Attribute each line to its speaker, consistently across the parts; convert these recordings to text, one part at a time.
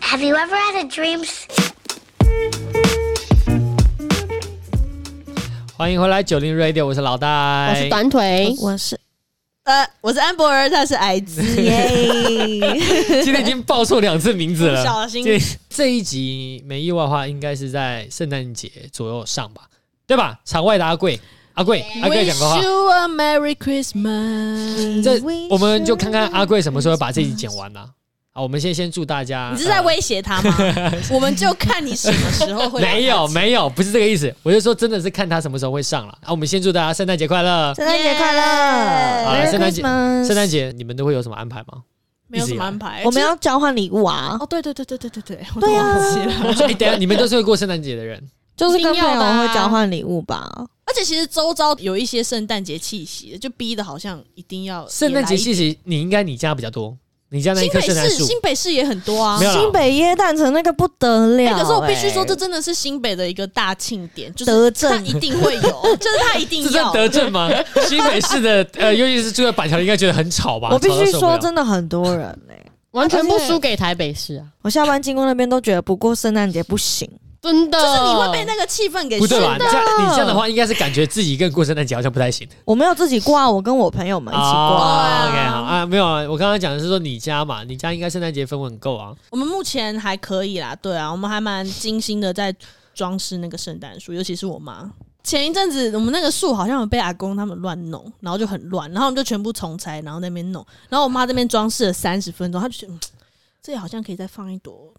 Speaker 1: Have you ever had a dream?
Speaker 2: 欢迎回来九零 Radio，我是老大，
Speaker 3: 我是短腿，
Speaker 4: 我是
Speaker 5: 呃，我是安博尔，他是矮子，耶！
Speaker 2: 今天已经报错两次名字了，
Speaker 5: 不小心
Speaker 2: 这这一集没意外的话，应该是在圣诞节左右上吧，对吧？场外的阿贵，阿贵，阿贵讲过话
Speaker 4: Wish。you a Merry Christmas。
Speaker 2: 这我们就看看阿贵什么时候把这集剪完啦、啊好，我们先先祝大家呃
Speaker 5: 你。是在威胁 他吗？我们就看你什么时候会来
Speaker 2: 没有没有，不是这个意思，我就说真的是看他什么时候会上了。啊，我们先祝大家圣诞节快乐！
Speaker 3: 圣诞节快乐！
Speaker 2: 好了
Speaker 4: Merry
Speaker 2: 圣诞节
Speaker 4: Christmas
Speaker 2: 圣诞节哎你们都会有什么安排吗？
Speaker 5: 没有什么安排，
Speaker 3: 我们要交换礼物啊，
Speaker 5: 哦，对对对对对对对，我都忘记了。
Speaker 2: 所以等一下你们都是会过圣诞节的人，
Speaker 3: 就是跟
Speaker 4: 一定
Speaker 3: 朋
Speaker 4: 要
Speaker 3: 友
Speaker 4: 的啊
Speaker 3: 会交换礼物吧。
Speaker 5: 而且其实周遭有一些圣诞节气息的，就逼的好像一定要
Speaker 2: 圣诞节
Speaker 5: 也来
Speaker 2: 气息你应该你家比较多，你家那一
Speaker 5: 新
Speaker 2: 棵
Speaker 5: 北
Speaker 2: 圣诞
Speaker 5: 市
Speaker 2: 树
Speaker 5: 新北市也很多啊
Speaker 2: 没。有啦
Speaker 3: 新北耶诞城那个不得了、
Speaker 5: 哎
Speaker 3: 欸，
Speaker 5: 可是我必须说，这真的是新北的一个大庆典，就
Speaker 3: 德
Speaker 5: 是
Speaker 3: 政
Speaker 5: 它一定会有，就是它一定
Speaker 2: 这算
Speaker 5: 要。
Speaker 2: 德政 吗？新北市的呃，尤其是住在板桥，应该觉得很吵吧？
Speaker 3: 我必须
Speaker 2: 吵到受
Speaker 3: 说，
Speaker 2: 不了
Speaker 3: 真的很多人哎、
Speaker 4: 完全不输给台北市啊！
Speaker 3: 我下班经过那边都觉得，不过圣诞节不行，
Speaker 4: 真的，
Speaker 5: 就是你会被那个气氛给
Speaker 2: 不对吧？
Speaker 5: 熏
Speaker 2: 你这样你这样的话，应该是感觉自己一个人过圣诞节好像不太行。
Speaker 3: 我没有自己挂，我跟我朋友们一起挂。
Speaker 2: 哦 OK，好啊，没有啊，我刚刚讲的是说你家嘛，你家应该圣诞节氛围很够啊。
Speaker 5: 我们目前还可以啦，对啊，我们还蛮精心的在装饰那个圣诞树，尤其是我妈。前一阵子我们那个树好像有被阿公他们乱弄，然后就很乱，然后我们就全部重拆，然后在那边弄，然后我妈这边装饰了三十分钟，她就觉得、嗯、这里好像可以再放一朵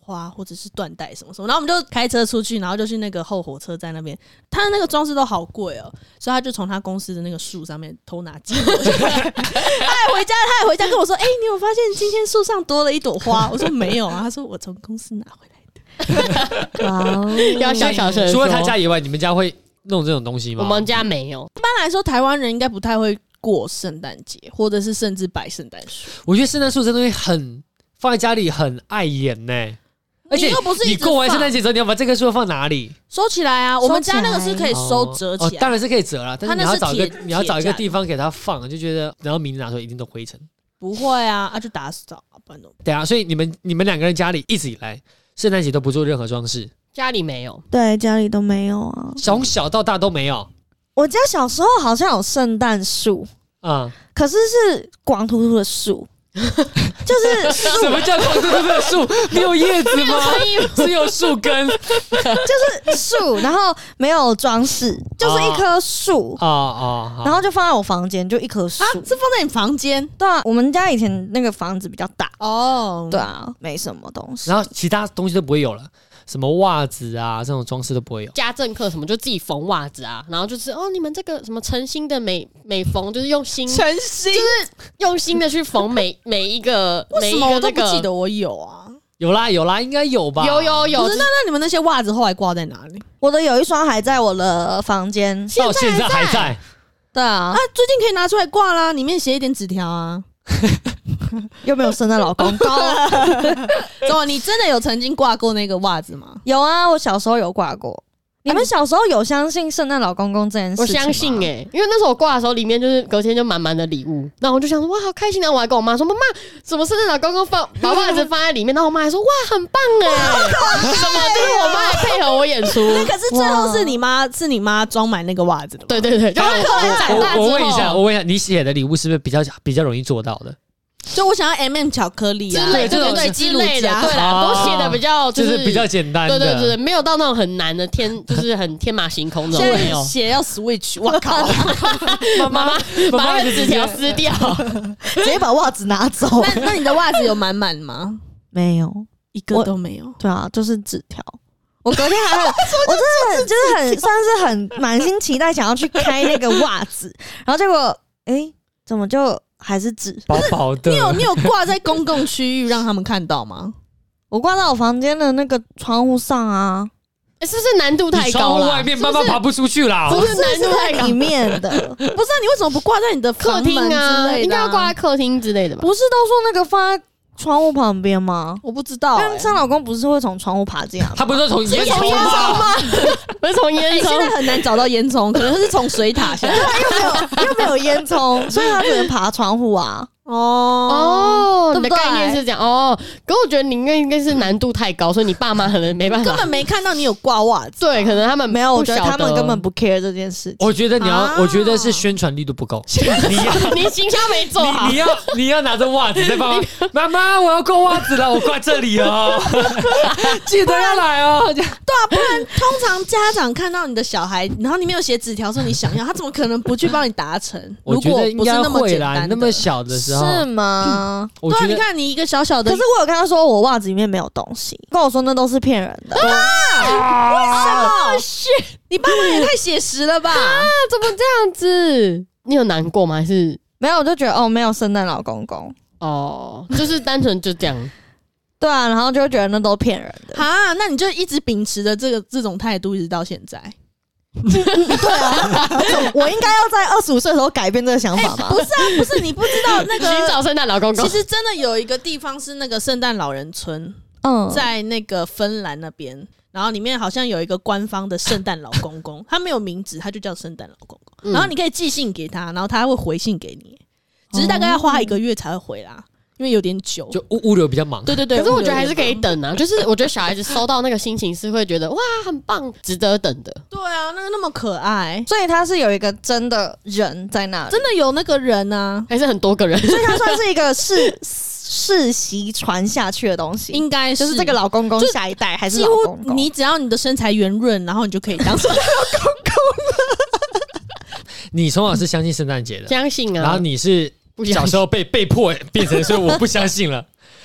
Speaker 5: 花或者是缎带什么什么，然后我们就开车出去，然后就去那个后火车站那边，她的那个装饰都好贵哦、所以她就从她公司的那个树上面偷拿几朵，他还回家，他还回家跟我说：“哎、你有发现今天树上多了一朵 花？”我说：“没有啊。”他说：“我从公司拿回来的。
Speaker 3: 哇 哦
Speaker 4: 要小小声。
Speaker 2: 除了他家，以外，你们家会弄这种东西吗？
Speaker 4: 我们家没有。”
Speaker 5: 一般来说，台湾人应该不太会过圣诞节，或者是甚至摆圣诞树。
Speaker 2: 我觉得圣诞树这东西很放在家里很碍眼呢、而且
Speaker 5: 你又不是一
Speaker 2: 你
Speaker 5: 直
Speaker 2: 过完
Speaker 5: 放
Speaker 2: 圣诞节之后，你要把这棵树放哪里？
Speaker 5: 收起来啊！我们家那个是可以收
Speaker 2: 哦
Speaker 5: 折
Speaker 2: 哦
Speaker 5: 起，来，
Speaker 2: 当然是可以折了，但是
Speaker 5: 它那
Speaker 2: 你要
Speaker 5: 是
Speaker 2: 找一个
Speaker 5: 铁
Speaker 2: 你要找一个
Speaker 5: 铁栅
Speaker 2: 地方给它放，就觉得然后明天拿出来一定都灰尘。
Speaker 5: 不会啊，啊就打扫啊，不然怎么办
Speaker 2: 对啊，所以你们你们两个人家里一直以来圣诞节都不做任何装饰，
Speaker 4: 家里没有，
Speaker 3: 对，家里都没有啊。
Speaker 2: 从小到大都没有
Speaker 3: 我家小时候好像有圣诞树，
Speaker 2: 啊、
Speaker 3: 可是是光秃秃的 树，就是树
Speaker 2: 什么叫光秃秃的树？没有叶子吗？只有树根
Speaker 3: 就是树，然后没有装饰，就是一棵树，
Speaker 2: 啊啊！好
Speaker 3: 然后就放在我房间，就一棵树
Speaker 5: 啊。？是放在你房间
Speaker 3: 对啊，我们家以前那个房子比较大，
Speaker 5: 哦
Speaker 3: 对，啊，没什么东西。
Speaker 2: 然后其他东西都不会有了，什么袜子啊这种装饰都不会有。
Speaker 4: 家政课什么就自己缝袜子啊，然后就是哦，你们这个什么诚心的每每缝，就是用心
Speaker 5: 诚心。就是
Speaker 4: 用心的去缝每每一个
Speaker 5: 为
Speaker 4: 每
Speaker 5: 什
Speaker 4: 一
Speaker 5: 么
Speaker 4: 个
Speaker 5: 我
Speaker 4: 那
Speaker 5: 都不记
Speaker 4: 个
Speaker 5: 得我有啊？
Speaker 2: 有啦有啦，应该有吧？
Speaker 4: 有有有
Speaker 5: 不哦是，，那啊那你们那些袜子后来挂在哪里？
Speaker 3: 我的有一双还在我的房间，
Speaker 2: 到哦现在还在。
Speaker 3: 对啊
Speaker 5: 啊，，最近可以拿出来挂啦，里面写一点纸条 啊。
Speaker 3: 又没有圣诞老公公。
Speaker 5: 怎么？你真的有曾经挂过那个袜子吗？
Speaker 3: 有啊，我小时候有挂过。你们小时候有相信圣诞老公公这件事
Speaker 4: 我
Speaker 3: 情吗？
Speaker 4: 相信哎、因为那时候我挂的时候，里面就是隔天就满满的礼物，然后我就想说哇，好开心啊！我还跟我妈说，妈妈，怎么圣诞老公公放把袜子放在里面？然后我妈还说哇，很棒哎、
Speaker 5: 哦
Speaker 4: 什么？就是我妈还配合我演出，
Speaker 5: 可是最后是你妈是你妈装满那个袜子的吗，
Speaker 4: 对对对，就
Speaker 2: 我
Speaker 4: 后
Speaker 5: 哦
Speaker 4: 来长大之
Speaker 2: 我我
Speaker 4: 后，
Speaker 2: 问一下，我问一下，你写的礼物是不是比较比较容易做到的？
Speaker 5: 就我想要 M、m 巧克力
Speaker 4: 之
Speaker 5: 啊，
Speaker 4: 类，对对对
Speaker 5: 对
Speaker 4: 之类的，对
Speaker 5: 对
Speaker 4: 啦，
Speaker 2: 哦
Speaker 4: 都写的比较
Speaker 2: 就是是比较简单的。
Speaker 4: 对对对对，没有到那种很难的天，就是很天马行空的，
Speaker 5: 现
Speaker 4: 没
Speaker 5: 在
Speaker 4: 有。
Speaker 5: 写要 Switch，我 靠！
Speaker 2: 妈妈妈
Speaker 4: 把
Speaker 2: 妈
Speaker 4: 那
Speaker 2: 就
Speaker 4: 个
Speaker 2: 直接
Speaker 4: 纸条撕 掉，
Speaker 3: 直接把袜子拿走。
Speaker 5: 那那你的袜子有满满吗？
Speaker 3: 没有，
Speaker 5: 一
Speaker 3: 我
Speaker 5: 个都没有。
Speaker 3: 对啊，就是纸条。我隔天还很，我真的很就是很算是很满心期待想要去开那个袜子，然后结果哎、诶怎么就还是纸？
Speaker 2: 薄薄的。
Speaker 5: 你有你有挂在公共区域让他们看到吗？
Speaker 3: 我挂到我房间的那个窗户上啊，
Speaker 4: 欸是不是难度太
Speaker 2: 你窗
Speaker 4: 高
Speaker 2: 户
Speaker 4: 了？
Speaker 2: 外面妈妈爬不出去啦
Speaker 4: 是。不是难
Speaker 3: 是
Speaker 4: 度
Speaker 3: 在
Speaker 4: 太高
Speaker 3: 里？面的，
Speaker 5: 不是啊，你为什么不挂在你的
Speaker 4: 客
Speaker 5: 房门
Speaker 4: 厅
Speaker 5: 之
Speaker 4: 啊，
Speaker 5: 类的
Speaker 4: 应该要挂在。客厅之类的吧？
Speaker 3: 不是都说那个放在窗户旁边吗？
Speaker 5: 我不知道欸，
Speaker 3: 但圣老公不是会从窗户爬进来吗？
Speaker 2: 他不是从烟
Speaker 4: 从
Speaker 2: 囱
Speaker 4: 烟囱
Speaker 2: 吗？
Speaker 4: 不是从烟
Speaker 5: 哎现在
Speaker 4: 囱，
Speaker 5: 很难找到 烟囱，可能是从水塔下来。
Speaker 3: 又没有烟囱，所以他只能爬窗户啊。哦
Speaker 4: 哦，
Speaker 3: 对
Speaker 4: 你
Speaker 3: 不
Speaker 4: 的概念
Speaker 3: 对
Speaker 4: 是这样哦。可我觉得你应该应该是难度太高，所以你爸妈可能没办
Speaker 5: 根本
Speaker 4: 法。
Speaker 5: 没看到你有挂袜子。
Speaker 4: 对，可能他们
Speaker 3: 没有，我
Speaker 4: 不
Speaker 3: 觉得
Speaker 4: 晓
Speaker 3: 他们根本不 care 这件事情。
Speaker 2: 我觉得你要，
Speaker 5: 啊
Speaker 2: 我觉得是宣传力度不够。你要，
Speaker 4: 你行销没 做好
Speaker 2: 你你。要，你要拿着袜子在爸妈，妈妈，我要挂袜子了，我挂这里哦，记得要来哦。这样
Speaker 5: 对啊，不然通常家长看到你的小孩，然后你没有写纸条说你想要，他怎么可能不去帮你达成？
Speaker 2: 我
Speaker 5: 如
Speaker 2: 觉
Speaker 5: 果
Speaker 2: 得应
Speaker 5: 不是
Speaker 2: 该
Speaker 5: 那么
Speaker 2: 会
Speaker 5: 简
Speaker 2: 啦，
Speaker 5: 单
Speaker 2: 你那
Speaker 5: 的，
Speaker 2: 么小的时候，
Speaker 3: 是 吗？
Speaker 2: 我
Speaker 5: 对啊，
Speaker 2: 觉
Speaker 5: 你
Speaker 2: 得
Speaker 5: 看你一个小小的，
Speaker 3: 可是我有跟他说，我袜子里面没有东西，跟我说那都是骗人的。啊
Speaker 5: 么是？你爸妈也太写实了吧？
Speaker 4: 怎么这样子？你有难过吗？还是
Speaker 3: 没有，我就觉得哦，没有圣诞老公公。
Speaker 4: 哦，就是单纯就这样？
Speaker 3: 对啊，然后就觉得那都是骗人的。
Speaker 5: 哈，那你就一直秉持着这个这种态度，一直到现在。
Speaker 3: 对啊，我应该要在二十五岁的时候改变这个想法吧？
Speaker 5: 不是啊，不是你不知道那
Speaker 4: 寻
Speaker 5: 个，
Speaker 4: 找圣诞老公公
Speaker 5: 其，实真的有一个地方是那个圣诞老人村，
Speaker 3: 嗯，
Speaker 5: 在那个芬兰那边，然后里面好像有一个官方的圣诞老公公，他没有名字，他就叫圣诞老公公。
Speaker 4: 嗯
Speaker 5: 然后你可以寄信给他，然后他会回信给你，只是大概要花一个月才会回啦，因为有点久。
Speaker 2: 就物物流比较忙。
Speaker 5: 对对对，
Speaker 4: 可是我觉得还是可以
Speaker 5: 等。
Speaker 4: 等啊。就是我觉得小孩子收到那个心情是会觉得哇，很棒，值得等的。
Speaker 5: 对啊，那个那么可爱，
Speaker 3: 所以他是有一个真的人在那里，
Speaker 5: 真的有那个人啊，
Speaker 4: 还是很多个人，
Speaker 3: 所以他算是一个世世袭传下去的东西，
Speaker 5: 应该
Speaker 3: 就是这个老公公
Speaker 5: 就
Speaker 3: 下一代还是
Speaker 5: 几
Speaker 3: 老
Speaker 5: 乎
Speaker 3: 公公。
Speaker 5: 你只要你的身材圆润，然后你就可以当圣诞
Speaker 2: 你从小是相信圣诞节的，
Speaker 4: 相信啊。
Speaker 2: 然后你是
Speaker 4: 不
Speaker 2: 小
Speaker 4: 相
Speaker 2: 时
Speaker 4: 信，
Speaker 2: 候被被迫变成，所以我不相信了。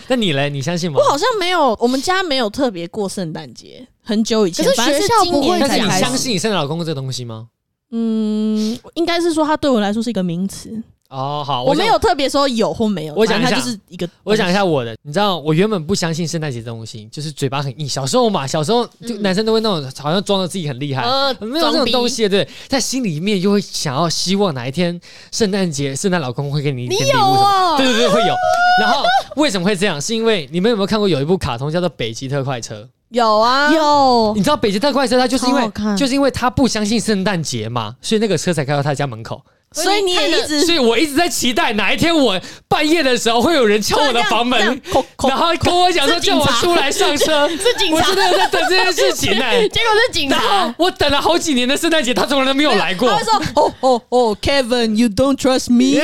Speaker 2: 那你嘞？你相信吗
Speaker 5: 我？好像没有，我们家没有特别过圣诞节，很久以前，
Speaker 4: 可是
Speaker 5: 反正
Speaker 4: 学校
Speaker 5: 今年
Speaker 4: 不会
Speaker 2: 但是
Speaker 5: 才
Speaker 2: 你
Speaker 5: 开始
Speaker 2: 相信圣诞老公公这个东西吗？
Speaker 5: 嗯，应该是说它对我来说是一个名词，
Speaker 2: 哦，好，
Speaker 5: 我
Speaker 2: 想
Speaker 5: 没有，特别说有或没有，
Speaker 2: 我讲一下
Speaker 5: 反正它就是一个，
Speaker 2: 我讲一下我的。你知道，我原本不相信圣诞节这东西，就是嘴巴很硬。小时候嘛，小时候就
Speaker 4: 嗯
Speaker 2: 男生都会那种，好像装的自己很厉害，
Speaker 4: 呃
Speaker 2: 没有这种东。西，对，在心里面就会想要希望哪一天圣诞节，圣诞老公公会给你一
Speaker 4: 装逼
Speaker 2: 点
Speaker 4: 你
Speaker 2: 礼物什
Speaker 4: 有
Speaker 2: 么。
Speaker 4: 哦，
Speaker 2: 对对对，会有。然后为什么会这样？是因为你们有没有看过有一部卡通叫做《北极特快车》？
Speaker 5: 有啊，
Speaker 3: 有
Speaker 2: 你知道北极特快车，它就是因
Speaker 3: 哦超
Speaker 2: 为
Speaker 3: 好看
Speaker 2: 就是因为他不相信圣诞节嘛，所以那个车才开到他家门口。
Speaker 5: 所以你也一直
Speaker 2: 所以我一直在期待哪一天我半夜的时候会有人敲我的房
Speaker 5: 这样
Speaker 2: 门，
Speaker 5: 这样叩
Speaker 2: 然后跟我讲说
Speaker 4: 是警
Speaker 2: 叫
Speaker 4: 察
Speaker 2: 我出来上车。
Speaker 4: 是警
Speaker 2: 我
Speaker 4: 察
Speaker 2: 真，的有在等这件事情呢、
Speaker 4: 结果是警
Speaker 2: 然后
Speaker 4: 察。
Speaker 2: 我等了好几年的圣诞节，他从来都没有来过。
Speaker 5: 他会说 哦哦哦，Kevin，you don't trust me，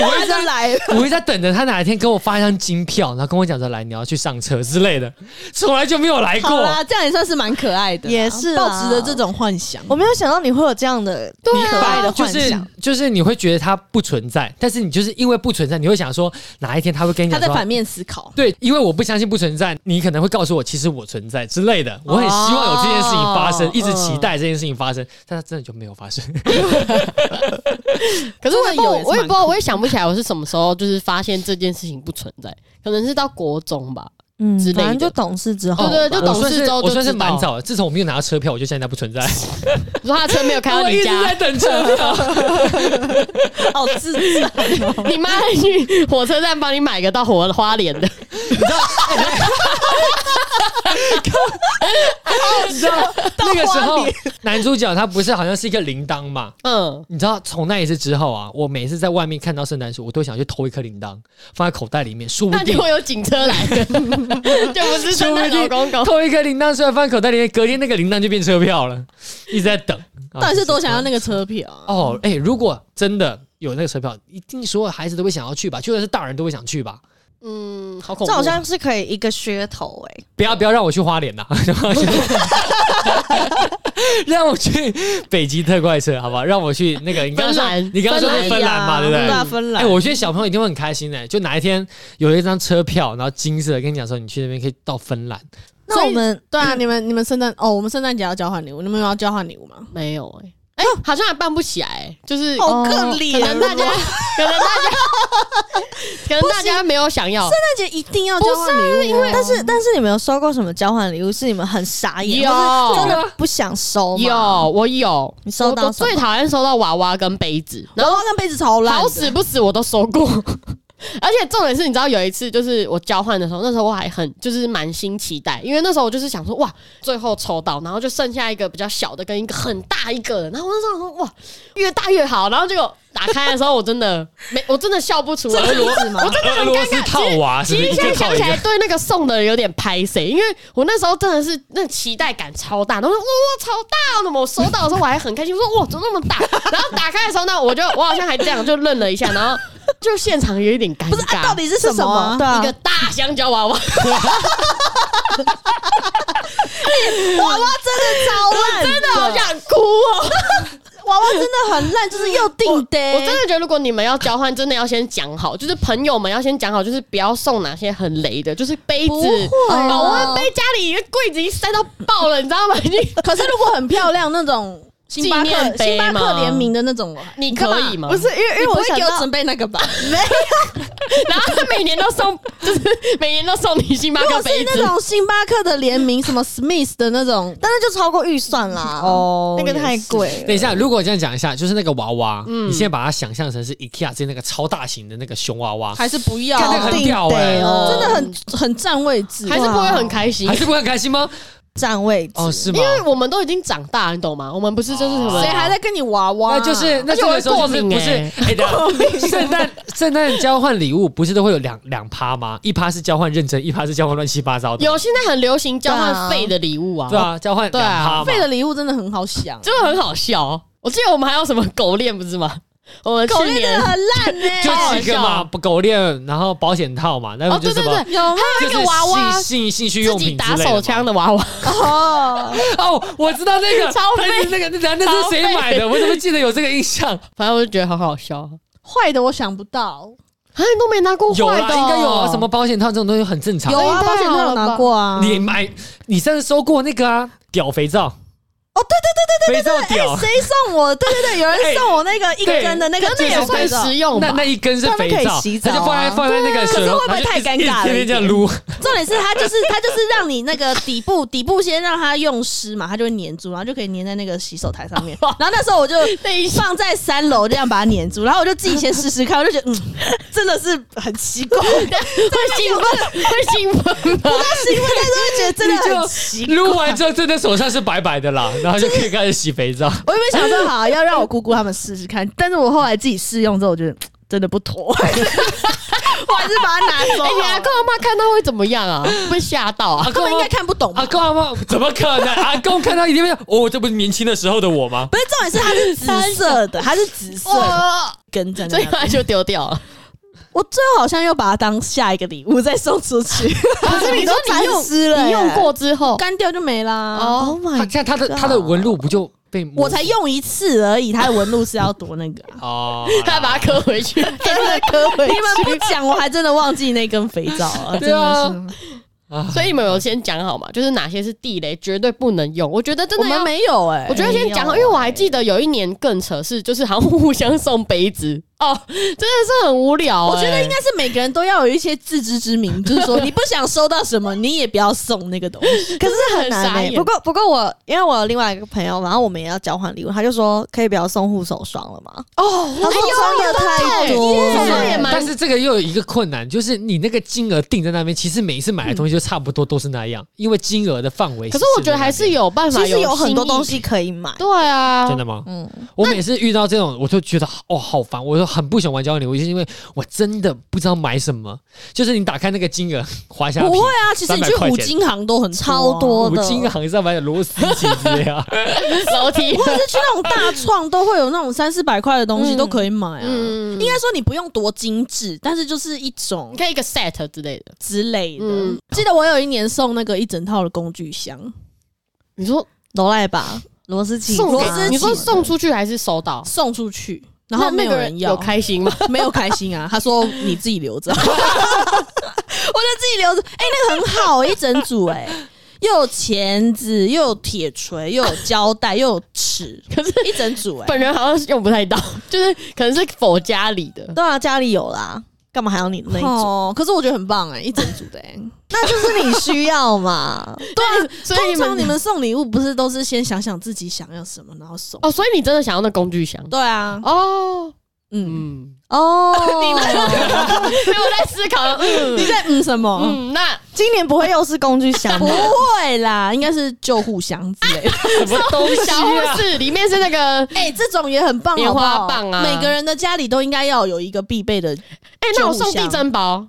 Speaker 2: 我一直
Speaker 5: 他就
Speaker 2: 在，
Speaker 5: 来了，
Speaker 2: 我一直在等着他哪一天跟我发一张金票，然后跟我讲说来你要去上车之类的， 从来就没有来
Speaker 5: 好
Speaker 2: 过。
Speaker 5: 啦，这样也算是蛮可爱的啦，
Speaker 3: 也是啦
Speaker 5: 保持着这种幻想，
Speaker 3: 我没有想到你会有这样的可爱啊的
Speaker 2: 就
Speaker 3: 幻
Speaker 2: 是
Speaker 3: 想，
Speaker 2: 就是你会觉得它不存在，但是你就是因为不存在，你会想说哪一天他会跟你
Speaker 5: 他
Speaker 2: 讲
Speaker 5: 在
Speaker 2: 说
Speaker 5: 反面思考。
Speaker 2: 对，因为我不相信不存在，你可能会告诉我其实我存在之类的。我很希望有这件事情发生，
Speaker 4: 哦
Speaker 2: 一直期待这件事情发生，但它真的就没有 发生。
Speaker 4: 可是我也不
Speaker 5: 真的有也是
Speaker 4: 我也
Speaker 5: 蛮
Speaker 4: 不知道，我也想不起来我是什么时候就是发现这件事情不存在，可能是到国中吧。
Speaker 3: 嗯
Speaker 4: 之类的
Speaker 3: 反正就懂事之后
Speaker 5: 哦
Speaker 3: 吧，
Speaker 4: 对对就懂
Speaker 2: 哦我算
Speaker 4: 事
Speaker 2: 是
Speaker 4: 之后
Speaker 2: 我算是
Speaker 4: 就知道
Speaker 2: 蛮早的，自从我没有拿到车票，我就相信它不存在。
Speaker 4: 你说他的车没有开到
Speaker 2: 我
Speaker 4: 你
Speaker 2: 一直在
Speaker 4: 家，
Speaker 2: 等车 票，
Speaker 5: 好 自在哦
Speaker 4: 你妈还去火车站帮你买个到火花莲的，
Speaker 2: 你知道那个时候男主角他不是好像是一个铃铛嘛？
Speaker 4: 嗯，
Speaker 2: 你知道从那一次之后啊，我每次在外面看到圣诞树，我都想去偷一颗铃铛放在口袋里面，说不
Speaker 4: 那
Speaker 2: 定
Speaker 4: 就会有警车来的，就不是圣诞老公公。
Speaker 2: 偷一颗铃铛出来放口袋里面，隔天那个铃铛就变车票了，一直在等。啊
Speaker 5: 到底是多想要那个车票啊？
Speaker 2: 哦，哎、如果真的有那个车票，一定所有孩子都会想要去吧，就算是大人都会想去吧。
Speaker 4: 嗯，好恐怖。
Speaker 3: 这好像是可以一个噱头哎、
Speaker 2: 不要不要让我去花莲呐、 让我去北极特快车，好不好？让我去那个你刚刚
Speaker 4: 芬
Speaker 2: 说
Speaker 4: 兰
Speaker 2: 你刚刚说是芬兰嘛，对不
Speaker 5: 对啊，
Speaker 2: 对？
Speaker 5: 芬
Speaker 2: 哎、
Speaker 5: 兰。
Speaker 2: 我觉得小朋友一定会很开心的、就哪一天有一张车票，然后金色的，跟你讲说你去那边可以到芬兰，
Speaker 3: 那我们嗯
Speaker 5: 对啊，你们你们圣诞哦，我们圣诞节要交换礼物，你们有要交换礼物吗？
Speaker 4: 没有
Speaker 3: 欸
Speaker 4: 哎、哎、好像还办不起来、欸就是可
Speaker 5: 好可怜
Speaker 3: 啊
Speaker 5: 哦，
Speaker 4: 能大家，可能大 家，可能大家没有想要。
Speaker 5: 圣诞节一定要交换礼物，啊因为
Speaker 3: 但是啊但是你们有收过什么交换礼物是你们很傻眼，
Speaker 4: 有
Speaker 3: 或是真的不想收吗？
Speaker 4: 有，我有，
Speaker 3: 你收到
Speaker 4: 我我
Speaker 3: 什么
Speaker 4: 最讨厌收到娃娃跟杯子，
Speaker 5: 然
Speaker 4: 然后
Speaker 5: 后跟杯子超烂的，
Speaker 4: 好死不死我都收过， 而且重点是，你知道有一次就是我交换的时候，那时候我还很就是满心期待，因为那时候我就是想说哇，最后抽到，然后就剩下一个比较小的跟一个很大一个的，然后我那时候想说哇，越大越好，然后结果打开的时候，我真的没，我真的笑不出来，
Speaker 5: 这个是吗？
Speaker 2: 俄罗斯套娃是
Speaker 4: 啊其
Speaker 2: 不是
Speaker 4: 实
Speaker 2: 一
Speaker 4: 现在
Speaker 2: 个套
Speaker 4: 想
Speaker 2: 一
Speaker 4: 起
Speaker 2: 个
Speaker 4: 来，？对那个送的人有点拍谁，因为我那时候真的是那期待感超大，然后说哇超大哦，那么我收到的时候我还很开心，我说哇怎么那么大？然后打开的时候呢，我就我好像还这样就愣了一下，然后就现场有一点尴
Speaker 3: 不是，啊、到
Speaker 4: 尬，
Speaker 3: 底是什
Speaker 5: 是什么啊
Speaker 3: 对啊
Speaker 4: 一个，大香蕉 娃娃，
Speaker 3: 娃娃真的超烂，
Speaker 4: 真的好想哭哦！
Speaker 3: 娃娃真的很烂，就是又定的、
Speaker 4: 我真的觉得，如果你们要交换，真的要先讲好，就是朋友们要先讲好，就是不要送哪些很雷的，就是杯
Speaker 5: 不
Speaker 4: 子。
Speaker 5: 会啊
Speaker 4: 保温杯家里一个柜子已经塞到爆了，你知道吗？已经
Speaker 5: 可是如果很漂亮那种星巴
Speaker 4: 纪念
Speaker 5: 克
Speaker 4: 碑
Speaker 5: 星巴
Speaker 4: 吗
Speaker 5: 克联名的那种，我还
Speaker 4: 你
Speaker 5: 干
Speaker 4: 可
Speaker 5: 嘛
Speaker 4: 以吗？
Speaker 5: 不是，因为因为
Speaker 3: 你不
Speaker 5: 我
Speaker 3: 会
Speaker 5: 想
Speaker 3: 给我
Speaker 5: 到
Speaker 3: 准
Speaker 5: 备那个 吧，
Speaker 4: 然后他每年都送， 就是每年都送你星巴
Speaker 5: 如
Speaker 4: 克
Speaker 5: 果是
Speaker 4: 杯
Speaker 5: 那
Speaker 4: 子。
Speaker 5: 种星巴克的联名，什么 Smith 的那种，
Speaker 3: 但是就超过预算啦，
Speaker 5: 哦
Speaker 3: 那个太贵
Speaker 2: 等
Speaker 3: 了。
Speaker 2: 一下，如果这样讲一下，就是那个娃娃，
Speaker 4: 嗯
Speaker 2: 你现在把它想象成是 IKEA 之前那个超大型的那个熊娃娃，
Speaker 5: 还是不要，啊
Speaker 2: 看那个很屌哎、
Speaker 4: 哦
Speaker 5: 真
Speaker 3: 真
Speaker 5: 的
Speaker 3: 的很
Speaker 5: 很很占位置，
Speaker 4: 还是不会很开心
Speaker 2: 还，是不会很开心吗？
Speaker 3: 占位置。
Speaker 2: 哦，是吗
Speaker 4: 因？为我们都已经长大，你懂吗？我们不是就是什
Speaker 5: 谁
Speaker 4: 么
Speaker 2: 哦
Speaker 5: 还在跟你娃娃啊？
Speaker 2: 那就是那这个时候就是不是？
Speaker 4: 而
Speaker 2: 哎，等一下圣诞圣诞交换礼物不是都会有两两趴吗？一趴是交换认真，一趴是交换乱七八糟的。
Speaker 4: 有现在很流行交换废的礼物啊，
Speaker 2: 对，啊，交换
Speaker 4: 对
Speaker 2: 两
Speaker 4: 啊
Speaker 2: 趴嘛
Speaker 5: 废。的礼物真的很好想，
Speaker 4: 这个很好笑哦。我记得我们还有什么狗链不是吗？我们
Speaker 5: 狗
Speaker 4: 去
Speaker 5: 链真
Speaker 4: 年
Speaker 5: 的很烂呢、
Speaker 2: 就
Speaker 4: 好
Speaker 2: 几个
Speaker 4: 笑
Speaker 2: 嘛，狗链，然后保险套嘛，然后
Speaker 4: 哦，
Speaker 2: 就
Speaker 4: 对
Speaker 2: 是什
Speaker 4: 对
Speaker 2: 么
Speaker 4: 对，
Speaker 5: 有吗？
Speaker 4: 有
Speaker 2: 就
Speaker 4: 那
Speaker 2: 是
Speaker 4: 个娃娃
Speaker 2: 性性性趣
Speaker 4: 自
Speaker 2: 用
Speaker 4: 己
Speaker 2: 品
Speaker 4: 打
Speaker 2: 之类的
Speaker 4: 手
Speaker 2: 嘛
Speaker 4: 枪的娃 娃，
Speaker 5: 哦，
Speaker 2: 哦，我知道那个
Speaker 4: 超废
Speaker 2: 但是那个那那那是谁买的？我怎么记得有这个印象？
Speaker 4: 反正我就觉得很好笑啊！
Speaker 5: 坏的我想不到，
Speaker 4: 你都没拿过
Speaker 2: 有
Speaker 4: 坏
Speaker 2: 啦，
Speaker 4: 的哦，
Speaker 2: 应该有 啊，什么保险套这种东西很正常
Speaker 5: 有。啊，
Speaker 4: 应该
Speaker 5: 保险套有拿过啊。
Speaker 2: 你买，你上次收过那个啊，屌肥皂，
Speaker 3: 哦，对对
Speaker 2: 肥皂屌，哎
Speaker 3: 对对，谁送我？对对对，有人送我那个一
Speaker 2: 对
Speaker 3: 根的那个
Speaker 4: 可是那
Speaker 3: 健身
Speaker 4: 也算
Speaker 3: 肥皂
Speaker 4: 实用
Speaker 2: 那
Speaker 4: 吧
Speaker 2: 那？一根是
Speaker 3: 他们
Speaker 2: 肥
Speaker 3: 可以
Speaker 2: 皂，
Speaker 3: 洗
Speaker 2: 它
Speaker 3: 澡
Speaker 2: 就
Speaker 3: 啊
Speaker 2: 放在放在那个水
Speaker 3: 是
Speaker 2: 龙，
Speaker 3: 会不会
Speaker 2: 它就
Speaker 3: 太
Speaker 2: 一直
Speaker 3: 尴
Speaker 2: 一直
Speaker 3: 尬了
Speaker 2: 天
Speaker 3: 一
Speaker 2: 天这样
Speaker 3: 点
Speaker 2: 撸，
Speaker 5: 重点是它就是它就是让你那个底部底部先让它用湿嘛，它就会粘住，然后就可以粘在那个洗手台上面。 然后那时候我就放在三楼这样把它粘住，然后我就自己先试试看，我就觉得嗯，真的是 很奇 怪，
Speaker 4: 会兴奋， 会兴奋啊吗？
Speaker 5: 是因为那时候觉得真的很奇怪。
Speaker 2: 撸完之后，这在手上是白白的啦，然后就可以开始洗肥 皂。
Speaker 5: 我原本想说好要让我姑姑他们试试看，但是我后来自己试用之后，我觉得嗯真的不妥， 我还是把它拿走
Speaker 4: 哎，你阿
Speaker 5: 好了。
Speaker 4: 公阿妈看到会怎么样啊？会吓到 啊？
Speaker 5: 他们应该看不懂吧
Speaker 2: 阿？公阿妈怎么可能？阿公看到一定会哦，这不是年轻的时候的我吗？
Speaker 5: 不是重点是它是紫色的，它是紫色的
Speaker 4: 哇！
Speaker 5: 根在那
Speaker 4: 所以
Speaker 5: 边。
Speaker 4: 后来就丢掉了。
Speaker 5: 我最后好像又把它当下一个礼物再送出去，
Speaker 4: 可是
Speaker 3: 你说你用
Speaker 4: 你用过之后，
Speaker 5: 干掉就没啦。
Speaker 4: 哦，
Speaker 2: 他像他的他的纹
Speaker 3: 哦
Speaker 2: 路不就被磨。
Speaker 5: 我才用一次而已，它的纹路是要多那个 啊
Speaker 2: 哦，
Speaker 4: 他把它磕回 去，
Speaker 5: 真的可以，你们不讲，我还真的忘记那根肥皂了。 真
Speaker 2: 对啊
Speaker 5: 的是，
Speaker 4: 所以你们有先讲好嘛？就是哪些是地雷，绝对不能用。我觉得真
Speaker 5: 我
Speaker 4: 的
Speaker 5: 们
Speaker 4: 要，
Speaker 5: 没有哎，
Speaker 4: 我觉得先讲好，因为我还记得有一啊年更扯是，就是好像互相送杯子 哦，真的是很无聊欸。
Speaker 5: 我觉得应该是每个人都要有一些自知之明，就是 说你不想收到什么，你也不要送那个东西。
Speaker 3: 可是很难、
Speaker 4: 很傻
Speaker 3: 欸。
Speaker 4: 眼
Speaker 3: 不过不过我因为我有另外一个朋友，然后我们也要交换礼物，他就说可以不要送护手霜了嘛。
Speaker 4: 哦，
Speaker 3: 他说送的太多
Speaker 4: 耶
Speaker 3: 了，
Speaker 4: 护手霜也蛮
Speaker 2: 但是这个又有一个困难，就是你那个金额定在那边，其实每一次买的东西就差不多都是那样，因为金额的范围。
Speaker 4: 可是我觉得还是
Speaker 2: 有
Speaker 4: 有办法，
Speaker 3: 其实有很多
Speaker 4: 新意
Speaker 3: 东。西可以买。
Speaker 4: 对啊，
Speaker 2: 真的吗？
Speaker 3: 嗯，
Speaker 2: 我每次遇到这种，我就觉得哦好烦，我就很不喜欢玩交换礼物，就是因为我真的不知道买什么。就是你打开那个金额，滑下
Speaker 5: 不会啊，其实你去
Speaker 2: 300块
Speaker 5: 五
Speaker 2: 钱
Speaker 5: 金行都很多啊
Speaker 3: 超多
Speaker 2: 五金行上买的螺丝起子呀，
Speaker 4: 楼梯。
Speaker 5: 或者是去那种大创都会有那种三四百块的东西
Speaker 3: 嗯
Speaker 5: 都可以买啊。
Speaker 4: 嗯
Speaker 5: 应该说你不用多精致，但是就是一种
Speaker 4: 你看一个 set 之类的，
Speaker 5: 之类的。
Speaker 4: 嗯
Speaker 5: 记得我有一年送那个一整套的工具箱，
Speaker 4: 你说
Speaker 3: 罗赖吧，螺丝起子
Speaker 4: 送
Speaker 3: 螺
Speaker 4: 给
Speaker 3: 丝起
Speaker 4: 你说
Speaker 3: 子
Speaker 4: 送出去还是收到？
Speaker 5: 送出去，然后
Speaker 4: 那
Speaker 5: 没
Speaker 4: 那
Speaker 5: 有
Speaker 4: 个
Speaker 5: 人要，
Speaker 4: 有开心吗？
Speaker 5: 没有开心啊。他说你自己留着，我 就自己留着。哎、那个很好，一整组哎、又有钳子，又有铁锤，又有胶带，又有尺，
Speaker 4: 可是
Speaker 5: 一整组哎、
Speaker 4: 本人好像是用不太到， 就是可能是否家里的。
Speaker 3: 对啊，家里有啦，干嘛还要你那一种？
Speaker 5: 哦，可是我觉得很棒哎、一整组的哎、
Speaker 3: 那就是你需要嘛。
Speaker 4: 对啊，所以
Speaker 5: 通
Speaker 4: 你
Speaker 5: 常
Speaker 4: 们
Speaker 5: 你们送礼物不是都是先想想自己想要什么，然后送？
Speaker 4: 哦，所以你真的想要那工具箱
Speaker 5: 对啊，
Speaker 4: 哦？
Speaker 5: 嗯，
Speaker 4: 嗯，
Speaker 3: 哦，
Speaker 4: 所以我在思考，嗯
Speaker 5: 你在嗯什么？
Speaker 4: 嗯，那
Speaker 3: 今年不会又是工具箱
Speaker 5: 不
Speaker 3: 吧？
Speaker 5: 会啦，应该是救护箱之类的。
Speaker 2: 什么东 西
Speaker 4: 小护
Speaker 2: 啊？
Speaker 4: 士里面是那个，
Speaker 5: 哎，这种也很棒，
Speaker 4: 棉花
Speaker 5: 好不好
Speaker 4: 棒 啊
Speaker 5: 每个人的家里都应该要有一个必备的。
Speaker 4: 哎，那我送地震包，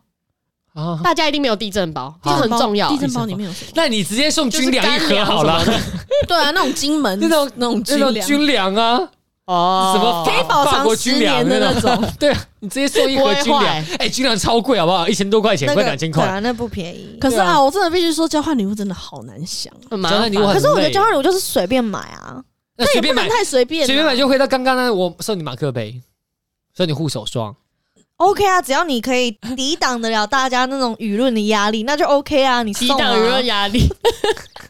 Speaker 2: 啊，
Speaker 4: 大家一定没有地震包，这
Speaker 2: 好
Speaker 4: 很重要
Speaker 5: 地。震包里面有什么？
Speaker 2: 那你直接送
Speaker 4: 就是
Speaker 2: 军粮一
Speaker 4: 干
Speaker 2: 盒
Speaker 4: 粮
Speaker 2: 好了，
Speaker 4: 什么
Speaker 5: 对啊，那种金门
Speaker 2: 那种
Speaker 5: 那种
Speaker 2: 那种
Speaker 5: 粮
Speaker 2: 军粮啊，
Speaker 4: 哦
Speaker 2: 什么
Speaker 5: 可以保
Speaker 2: 法
Speaker 5: 藏
Speaker 2: 国
Speaker 5: 十
Speaker 2: 军粮
Speaker 5: 年的
Speaker 2: 那
Speaker 5: 那种，
Speaker 2: 对啊，你直接送一盒军
Speaker 4: 不会
Speaker 2: 粮
Speaker 4: 坏，
Speaker 2: 哎，军粮超贵好不好？一千多块钱，
Speaker 3: 那
Speaker 2: 快
Speaker 3: 个
Speaker 2: 两千
Speaker 3: 对
Speaker 2: 块。
Speaker 3: 啊，那不便宜。
Speaker 5: 可是
Speaker 4: 对
Speaker 5: 啊，我真的必须说，交换礼物真的好难想，啊
Speaker 4: 很麻
Speaker 2: 交换
Speaker 4: 烦
Speaker 2: 礼物很
Speaker 3: 可是我觉
Speaker 2: 累
Speaker 3: 得交换礼物就是随便买啊，
Speaker 2: 那
Speaker 5: 也
Speaker 2: 随
Speaker 5: 不
Speaker 2: 便
Speaker 5: 能
Speaker 2: 买，
Speaker 5: 太随便啊，
Speaker 2: 随便买就回到刚刚那，我送你马克杯，送你护手霜，
Speaker 3: OK 啊，只要你可以抵挡得了大家那种舆论的压力，那就 OK 啊。你
Speaker 4: 抵
Speaker 3: 送啊
Speaker 4: 挡舆论压力。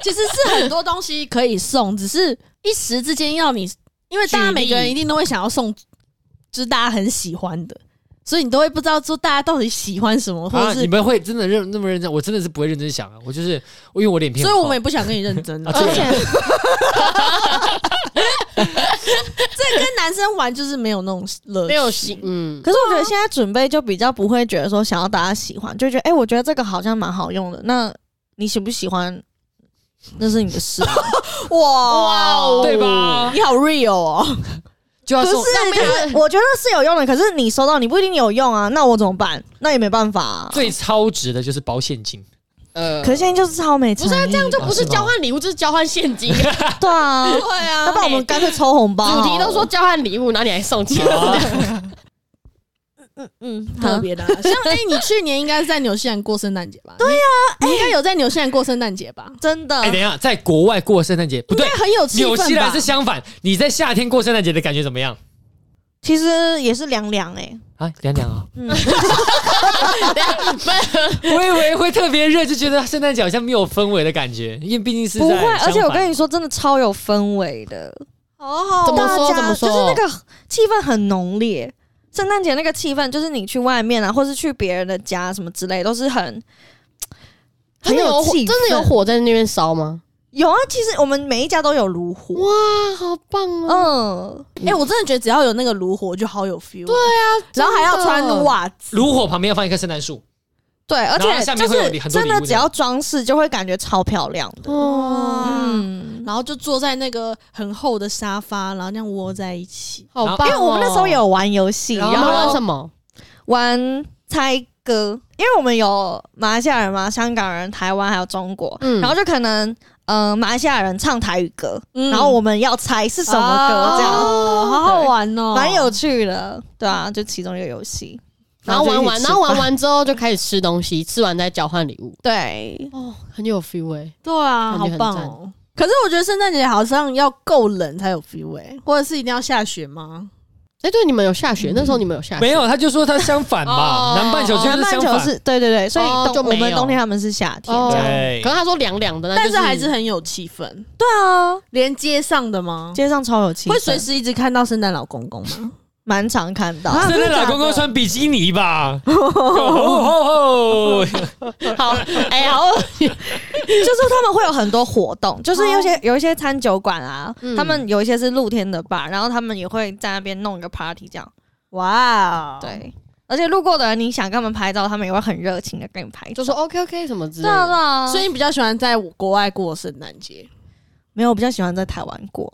Speaker 5: 其实是很多东西可以送，只是一时之间要你，因为大
Speaker 4: 举
Speaker 5: 家
Speaker 4: 例
Speaker 5: 每个人一定都会想要送，就是大家很喜欢的，所以你都会不知道说大家到底喜欢什么，或
Speaker 2: 啊，
Speaker 5: 者是，
Speaker 2: 你们会真的认那么认真？我真的是不会认真想啊，我就是因为我脸皮
Speaker 5: 所
Speaker 2: 很
Speaker 5: 以
Speaker 2: 厚，
Speaker 5: 我们也不想跟你认真
Speaker 2: 啊
Speaker 5: 了。
Speaker 2: 这
Speaker 5: 而
Speaker 2: 个
Speaker 5: 且这跟男生玩就是没有那种乐趣，
Speaker 4: 没有心，嗯，
Speaker 3: 可是我觉得现在准备就比较不会觉得说想要大家喜欢，就觉得哎、诶我觉得这个好像蛮好用的。那你喜不喜欢，那是你的事啊、
Speaker 4: 哇哦
Speaker 2: 对吧？
Speaker 5: 你好 real 哦，
Speaker 2: 就要
Speaker 3: 不
Speaker 2: 送，
Speaker 3: 是，
Speaker 4: 没
Speaker 3: 就
Speaker 4: 有
Speaker 3: 是我觉得是有用的，可是你收到你不一定有用啊，那我怎么办？那也没办法、啊。
Speaker 2: 最超值的就是包现 金，
Speaker 4: 呃
Speaker 3: 可是现在就是超没
Speaker 4: 不
Speaker 3: 诚意，
Speaker 4: 是啊这样就不
Speaker 2: 啊是
Speaker 4: 是
Speaker 2: 吗
Speaker 4: 交换礼物，这是交换现金。主
Speaker 3: 对啊。
Speaker 5: 对啊
Speaker 3: 要不然我们干脆抽红包好了。
Speaker 4: 题都说交换礼物，然后你还送钱，
Speaker 5: 哦
Speaker 3: 嗯，
Speaker 5: 特
Speaker 3: 好
Speaker 5: 别的啊、像哎、你去年应该是在纽西兰过圣诞节吧？对啊哎呀、你应该有在纽西兰过圣诞节吧？
Speaker 3: 真的
Speaker 2: 哎，等一下，在国外过圣诞节不对
Speaker 5: 应，该很有气
Speaker 2: 纽西
Speaker 5: 氛吧
Speaker 2: 兰是？相反，你在夏天过圣诞节的感觉怎么样？
Speaker 3: 其实也是凉凉哎，
Speaker 2: 啊，凉凉啊！
Speaker 3: 嗯，
Speaker 2: 我以为会特别热，就觉得圣诞节好像没有氛围的感觉，因为毕竟是
Speaker 3: 不会
Speaker 2: 在。相反
Speaker 3: 而且我跟你说，真的超有氛围的，
Speaker 5: 好啊好
Speaker 4: 怎么
Speaker 3: 大
Speaker 4: 说
Speaker 3: 家
Speaker 4: 怎么说
Speaker 3: 就是那个气氛很浓烈。圣诞节那个气氛，就是你去外面啊，或是去别人的家什么之类，都是很 很
Speaker 4: 真的有火
Speaker 3: 气氛。
Speaker 4: 真的有火在那边烧吗？
Speaker 3: 有啊，其实我们每一家都有炉火。
Speaker 4: 哇，好棒哦！
Speaker 3: 嗯，
Speaker 5: 哎、我真的觉得只要有那个炉火就好有 feel。对啊，然后还要穿袜子，
Speaker 2: 炉火旁边要放一棵圣诞树，
Speaker 3: 对，而
Speaker 2: 然后
Speaker 3: 且
Speaker 2: 下
Speaker 3: 就
Speaker 2: 面会有
Speaker 3: 是
Speaker 2: 礼很多
Speaker 3: 真
Speaker 2: 礼物
Speaker 3: 的
Speaker 2: 的
Speaker 3: 只要装饰，就会感觉超漂亮的。
Speaker 4: 哦，
Speaker 3: 嗯，
Speaker 5: 然后就坐在那个很厚的沙发，然后那样窝在一起。
Speaker 4: 好棒！哦
Speaker 3: 因为我们那时候也，有玩游戏，
Speaker 2: 然
Speaker 3: 然
Speaker 2: 后
Speaker 4: 你们
Speaker 3: 后
Speaker 4: 玩什么？
Speaker 3: 玩猜歌，因为我们有马来西亚人嘛、香港人、台湾还有中国，
Speaker 4: 嗯
Speaker 3: 然后就可能嗯、呃马来西亚人唱台语歌，
Speaker 5: 嗯
Speaker 3: 然后我们要猜是什么歌，这样
Speaker 5: 哦好好玩哦，
Speaker 3: 蛮、有趣的，对啊，就其中一个游戏，
Speaker 4: 然后玩完，
Speaker 3: 就一起吃
Speaker 4: 然后玩
Speaker 3: 饭
Speaker 4: 完之后就开始吃东西，吃完再交换礼物。
Speaker 3: 对，
Speaker 4: 哦，很有 feel 哎、
Speaker 5: 对啊，
Speaker 4: 感觉
Speaker 5: 好
Speaker 4: 很
Speaker 5: 棒哦。可是我觉得圣诞节好像要够冷才有 feel 哎、或者是一定要下雪吗？
Speaker 4: 哎、对，你们有下雪，那时候你们有下雪？
Speaker 2: 没有，他就说他相反嘛，
Speaker 4: 哦
Speaker 2: 南半球就
Speaker 3: 南
Speaker 2: 是
Speaker 3: 半
Speaker 2: 相
Speaker 3: 球
Speaker 2: 反，
Speaker 3: 是对对对，所以
Speaker 4: 哦
Speaker 3: 冬、
Speaker 4: 就
Speaker 3: 我
Speaker 4: 没
Speaker 3: 们
Speaker 4: 有
Speaker 3: 冬天他们是夏天，
Speaker 4: 哦
Speaker 3: 这样
Speaker 2: 对
Speaker 4: 可是他说凉凉的，那
Speaker 5: 但
Speaker 4: 就是
Speaker 5: 还是很有气氛，
Speaker 3: 对啊，
Speaker 5: 连街上的吗？
Speaker 3: 街上超有气氛，
Speaker 5: 会随时一直看到圣诞老公公吗？
Speaker 3: 蛮常看到，
Speaker 2: 圣诞老公公穿比基尼吧？哦吼吼
Speaker 4: 好，哎、好，
Speaker 3: 就是他们会有很多活动，就是有些
Speaker 5: 哦
Speaker 3: 有一些餐酒馆啊，
Speaker 4: 嗯
Speaker 3: 他们有一些是露天的吧，然后他们也会在那边弄一个 party 这样。
Speaker 5: 哇哦，
Speaker 3: 对，而且路过的人，你想跟他们拍照，他们也会很热情的跟你拍
Speaker 4: 就
Speaker 3: 照。
Speaker 4: 说 OK OK 什么之类
Speaker 3: 对啊，对
Speaker 4: 的。
Speaker 3: 啊，
Speaker 5: 哦所以你比较喜欢在国外过圣诞节，
Speaker 3: 没有，我比较喜欢在台湾过，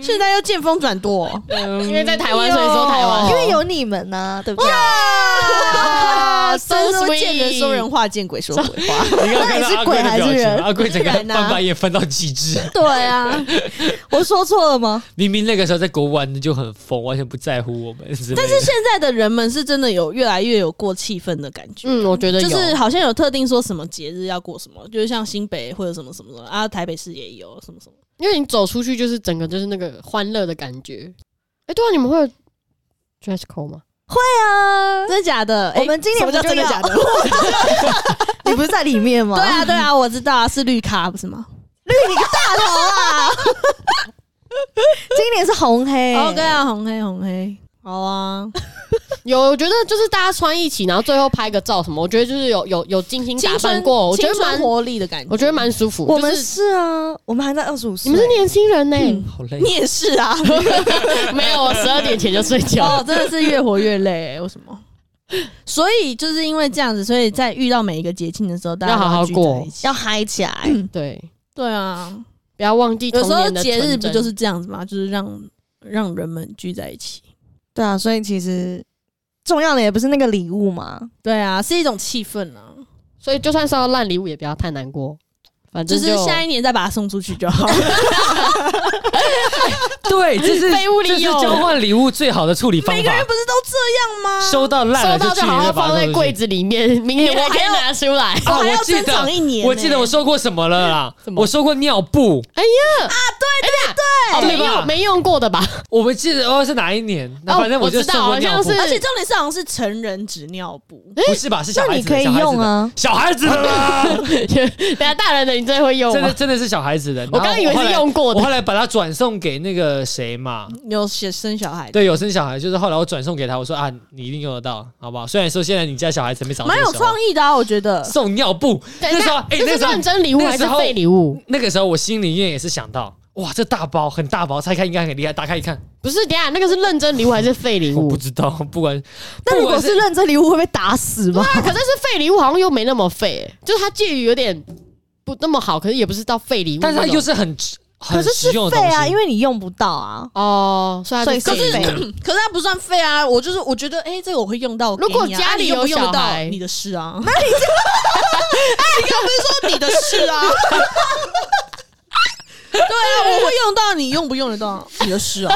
Speaker 5: 现在又见风转舵，
Speaker 4: 因为在台湾，所以说台
Speaker 5: 哦
Speaker 4: 湾，
Speaker 3: 因为有你们呐、对不对？
Speaker 5: 哇，
Speaker 4: so
Speaker 5: 真说见人
Speaker 4: sweet
Speaker 5: 说人话，见鬼说鬼话。
Speaker 2: 你看看
Speaker 3: 那你是
Speaker 2: 阿贵的
Speaker 3: 鬼还是
Speaker 2: 表情
Speaker 3: 人
Speaker 2: 阿贵整个
Speaker 5: 人啊
Speaker 2: 翻白眼翻到极致。
Speaker 3: 对啊， 我说错了吗？
Speaker 2: 明明那个时候在国玩的就很疯，完全不在乎我们。但是
Speaker 5: 现在的人们是真的有越来越有过气氛的感觉。
Speaker 4: 嗯，我觉得有
Speaker 5: 就是好像有特定说什么节日要过什么，就是像新北或者什么什么什么啊，台北市也有什么什么。
Speaker 4: 因为你走出去就是整个就是那个欢乐的感觉。哎、对啊，你们会有 dress code 吗？
Speaker 3: 啊，
Speaker 4: 嗯
Speaker 5: 真的假的？
Speaker 3: 我们今年
Speaker 5: 什么叫
Speaker 3: 不就
Speaker 5: 真的
Speaker 3: 要
Speaker 5: 假的？
Speaker 3: 你不是在里面吗？
Speaker 5: 对啊，对啊，我知道啊，是绿咖不是吗
Speaker 3: 今年是红黑。
Speaker 4: 哎
Speaker 5: 哦？OK 啊，红黑红黑，好啊，
Speaker 4: 有，我觉得就是大家穿一起，然后最后拍个照什么，我觉得就是有有有精心打
Speaker 5: 青
Speaker 4: 扮
Speaker 5: 春
Speaker 4: 过，我觉得
Speaker 5: 青春
Speaker 4: 蛮
Speaker 5: 活力的感觉，
Speaker 4: 我觉得蛮舒服。
Speaker 3: 我们
Speaker 4: 就是
Speaker 3: 是啊，我们还在二十五岁。
Speaker 4: 你们是年轻人呢、
Speaker 2: 好累。
Speaker 5: 嗯你也是 啊，
Speaker 4: 没有，我十二点前就睡觉
Speaker 5: 哦，。真的是越活越累、欸，为什么？所以就是因为这样子，所以在遇到每一个节庆的时候，大家
Speaker 4: 要好好
Speaker 5: 都聚在
Speaker 4: 过
Speaker 5: 一起
Speaker 3: 要嗨起来，
Speaker 4: 对，
Speaker 5: 对啊，
Speaker 4: 不要忘记
Speaker 5: 有时
Speaker 4: 童
Speaker 5: 候
Speaker 4: 年的
Speaker 5: 节日
Speaker 4: 纯
Speaker 5: 不
Speaker 4: 真
Speaker 5: 就是这样子吗？就是让让人们聚在一起。
Speaker 3: 对啊，所以其实重要的也不是那个礼物嘛，
Speaker 5: 对啊，是一种气氛啊，
Speaker 4: 所以就算收到烂礼物也不要太难过，反
Speaker 5: 就
Speaker 4: 正
Speaker 5: 是下一年再把它送出去就好。
Speaker 2: 对，这是
Speaker 4: 废物利
Speaker 2: 这是
Speaker 4: 用
Speaker 2: 交换礼物最好的处理方法。
Speaker 5: 不是都这样 吗
Speaker 2: 收到烂
Speaker 4: 收
Speaker 2: 了
Speaker 4: 到
Speaker 2: 就
Speaker 4: 就
Speaker 2: 去
Speaker 4: 好好放在柜
Speaker 2: 子。
Speaker 4: 子里 面，明年我可以拿出来。
Speaker 5: 我
Speaker 4: 哦
Speaker 2: 啊，
Speaker 5: 还
Speaker 2: 我
Speaker 5: 要
Speaker 2: 记
Speaker 5: 增长
Speaker 2: 得，
Speaker 5: 一年、
Speaker 2: 我记得我。收过什么了啦
Speaker 4: 什？么
Speaker 2: 我收过尿布。
Speaker 4: 哦没
Speaker 2: 对吧
Speaker 4: 用没用过的吧？
Speaker 2: 我们记得哦是哪一年？那
Speaker 4: 哦
Speaker 2: 反正
Speaker 4: 我
Speaker 2: 就
Speaker 4: 知道
Speaker 2: 收过尿
Speaker 4: 好
Speaker 2: 布
Speaker 4: 像。是
Speaker 5: 而且重点是好像是成人纸尿布，
Speaker 2: 不是吧？是小
Speaker 3: 那
Speaker 2: 孩
Speaker 3: 你
Speaker 2: 子
Speaker 3: 可
Speaker 2: 的，
Speaker 3: 以
Speaker 2: 小孩子
Speaker 3: 用
Speaker 2: 的，
Speaker 3: 啊。
Speaker 2: 小孩子的啦，
Speaker 4: 等下大人的你最会用
Speaker 2: 真的
Speaker 4: 吗？
Speaker 2: 真的是小孩子的。
Speaker 4: 我刚刚以为
Speaker 2: 然后
Speaker 4: 是
Speaker 2: 后来
Speaker 4: 用过
Speaker 2: 我
Speaker 4: 的嗯
Speaker 2: 后来把它转送给那个谁嘛，
Speaker 5: 有写生小孩的，
Speaker 2: 对，有生小孩，就是后来我转送给他，我说啊，你一定用得到，好不好？虽然说现在你家小孩子没长，
Speaker 5: 蛮有创
Speaker 2: 意。
Speaker 5: 意的啊，我觉得。
Speaker 2: 送尿布，
Speaker 4: 等一
Speaker 2: 那时候
Speaker 4: 下
Speaker 2: 哎，
Speaker 4: 这
Speaker 2: 那
Speaker 4: 是
Speaker 2: 时候
Speaker 4: 认真礼物
Speaker 2: 那
Speaker 4: 还是
Speaker 2: 时候
Speaker 4: 废礼物？
Speaker 2: 那个时候我心里面也是想到，哇，这大包很大包，拆开应该很厉害。打开一看，
Speaker 4: 不是，等一下那个是认真礼物还是废礼
Speaker 2: 我
Speaker 4: 物
Speaker 2: 不？知道，不管。
Speaker 3: 那如
Speaker 2: 不
Speaker 3: 果
Speaker 2: 管
Speaker 3: 是认真礼物，会被打死吗？
Speaker 4: 啊，可是是废礼物好像又没那么废、欸，就是它介于有点不那么好，可是也不是到废礼物那
Speaker 2: 但
Speaker 4: 种，
Speaker 2: 是它又是很
Speaker 3: 可
Speaker 2: 很
Speaker 3: 是
Speaker 2: 实
Speaker 3: 是
Speaker 2: 用的
Speaker 3: 废
Speaker 2: 东
Speaker 3: 啊，
Speaker 2: 西
Speaker 3: 因。为你用不到啊，
Speaker 4: 哦，所以
Speaker 3: 所以
Speaker 4: 它
Speaker 3: 是
Speaker 4: 废礼物
Speaker 3: 废。
Speaker 5: 可是它不算废啊，我就是我觉得，哎、这个我会用到。我给你啊
Speaker 4: 如果家里
Speaker 5: 啊你用不用得
Speaker 4: 有小
Speaker 5: 到
Speaker 4: 孩
Speaker 5: 你的事 啊， 那你就，哎，你刚不是说你的事啊？ 对啊，我会用到，你用不用得到你的事 啊？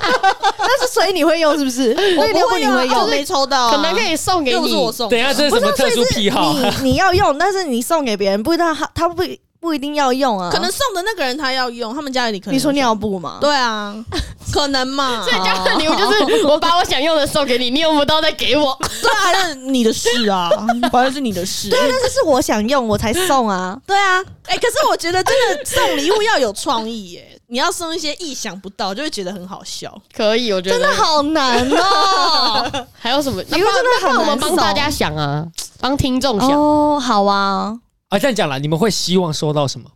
Speaker 3: 但是所以你会用是不是？所以
Speaker 5: 不
Speaker 3: 尿布你会
Speaker 5: 啊，我
Speaker 3: 用，啊
Speaker 5: 没抽到、啊，
Speaker 4: 可能可以送给
Speaker 5: 又不
Speaker 4: 你
Speaker 5: 是，我送的。
Speaker 2: 等一下，这是什么特殊癖好？
Speaker 3: 你你要用，但是你送给别人，不知道他他不不一定要用啊。
Speaker 5: 可能送的那个人他要用，他们家里可能
Speaker 3: 你说
Speaker 5: 有
Speaker 3: 尿布嘛？
Speaker 5: 对啊， 可能嘛？
Speaker 4: 这交换礼物就是我把我想用的送给你，你用不到再给我。
Speaker 5: 对啊，那你的事 啊，反正是你的事。
Speaker 4: 啊
Speaker 3: 对，啊但是是我想用我才送啊。
Speaker 5: 对啊，哎、可是我觉得真的送礼物要有创意耶、 你要送一些意想不到，就会觉得很好笑。
Speaker 4: 可以，我觉得
Speaker 3: 真的好难哦。
Speaker 4: 还有什么？那
Speaker 3: 礼物真的
Speaker 4: 那那
Speaker 3: 很
Speaker 4: 我们
Speaker 3: 难
Speaker 4: 帮
Speaker 3: 送
Speaker 4: 大家想啊，帮听众想
Speaker 3: 哦，好啊，
Speaker 2: 啊，这样讲了，你们会希望收到什么？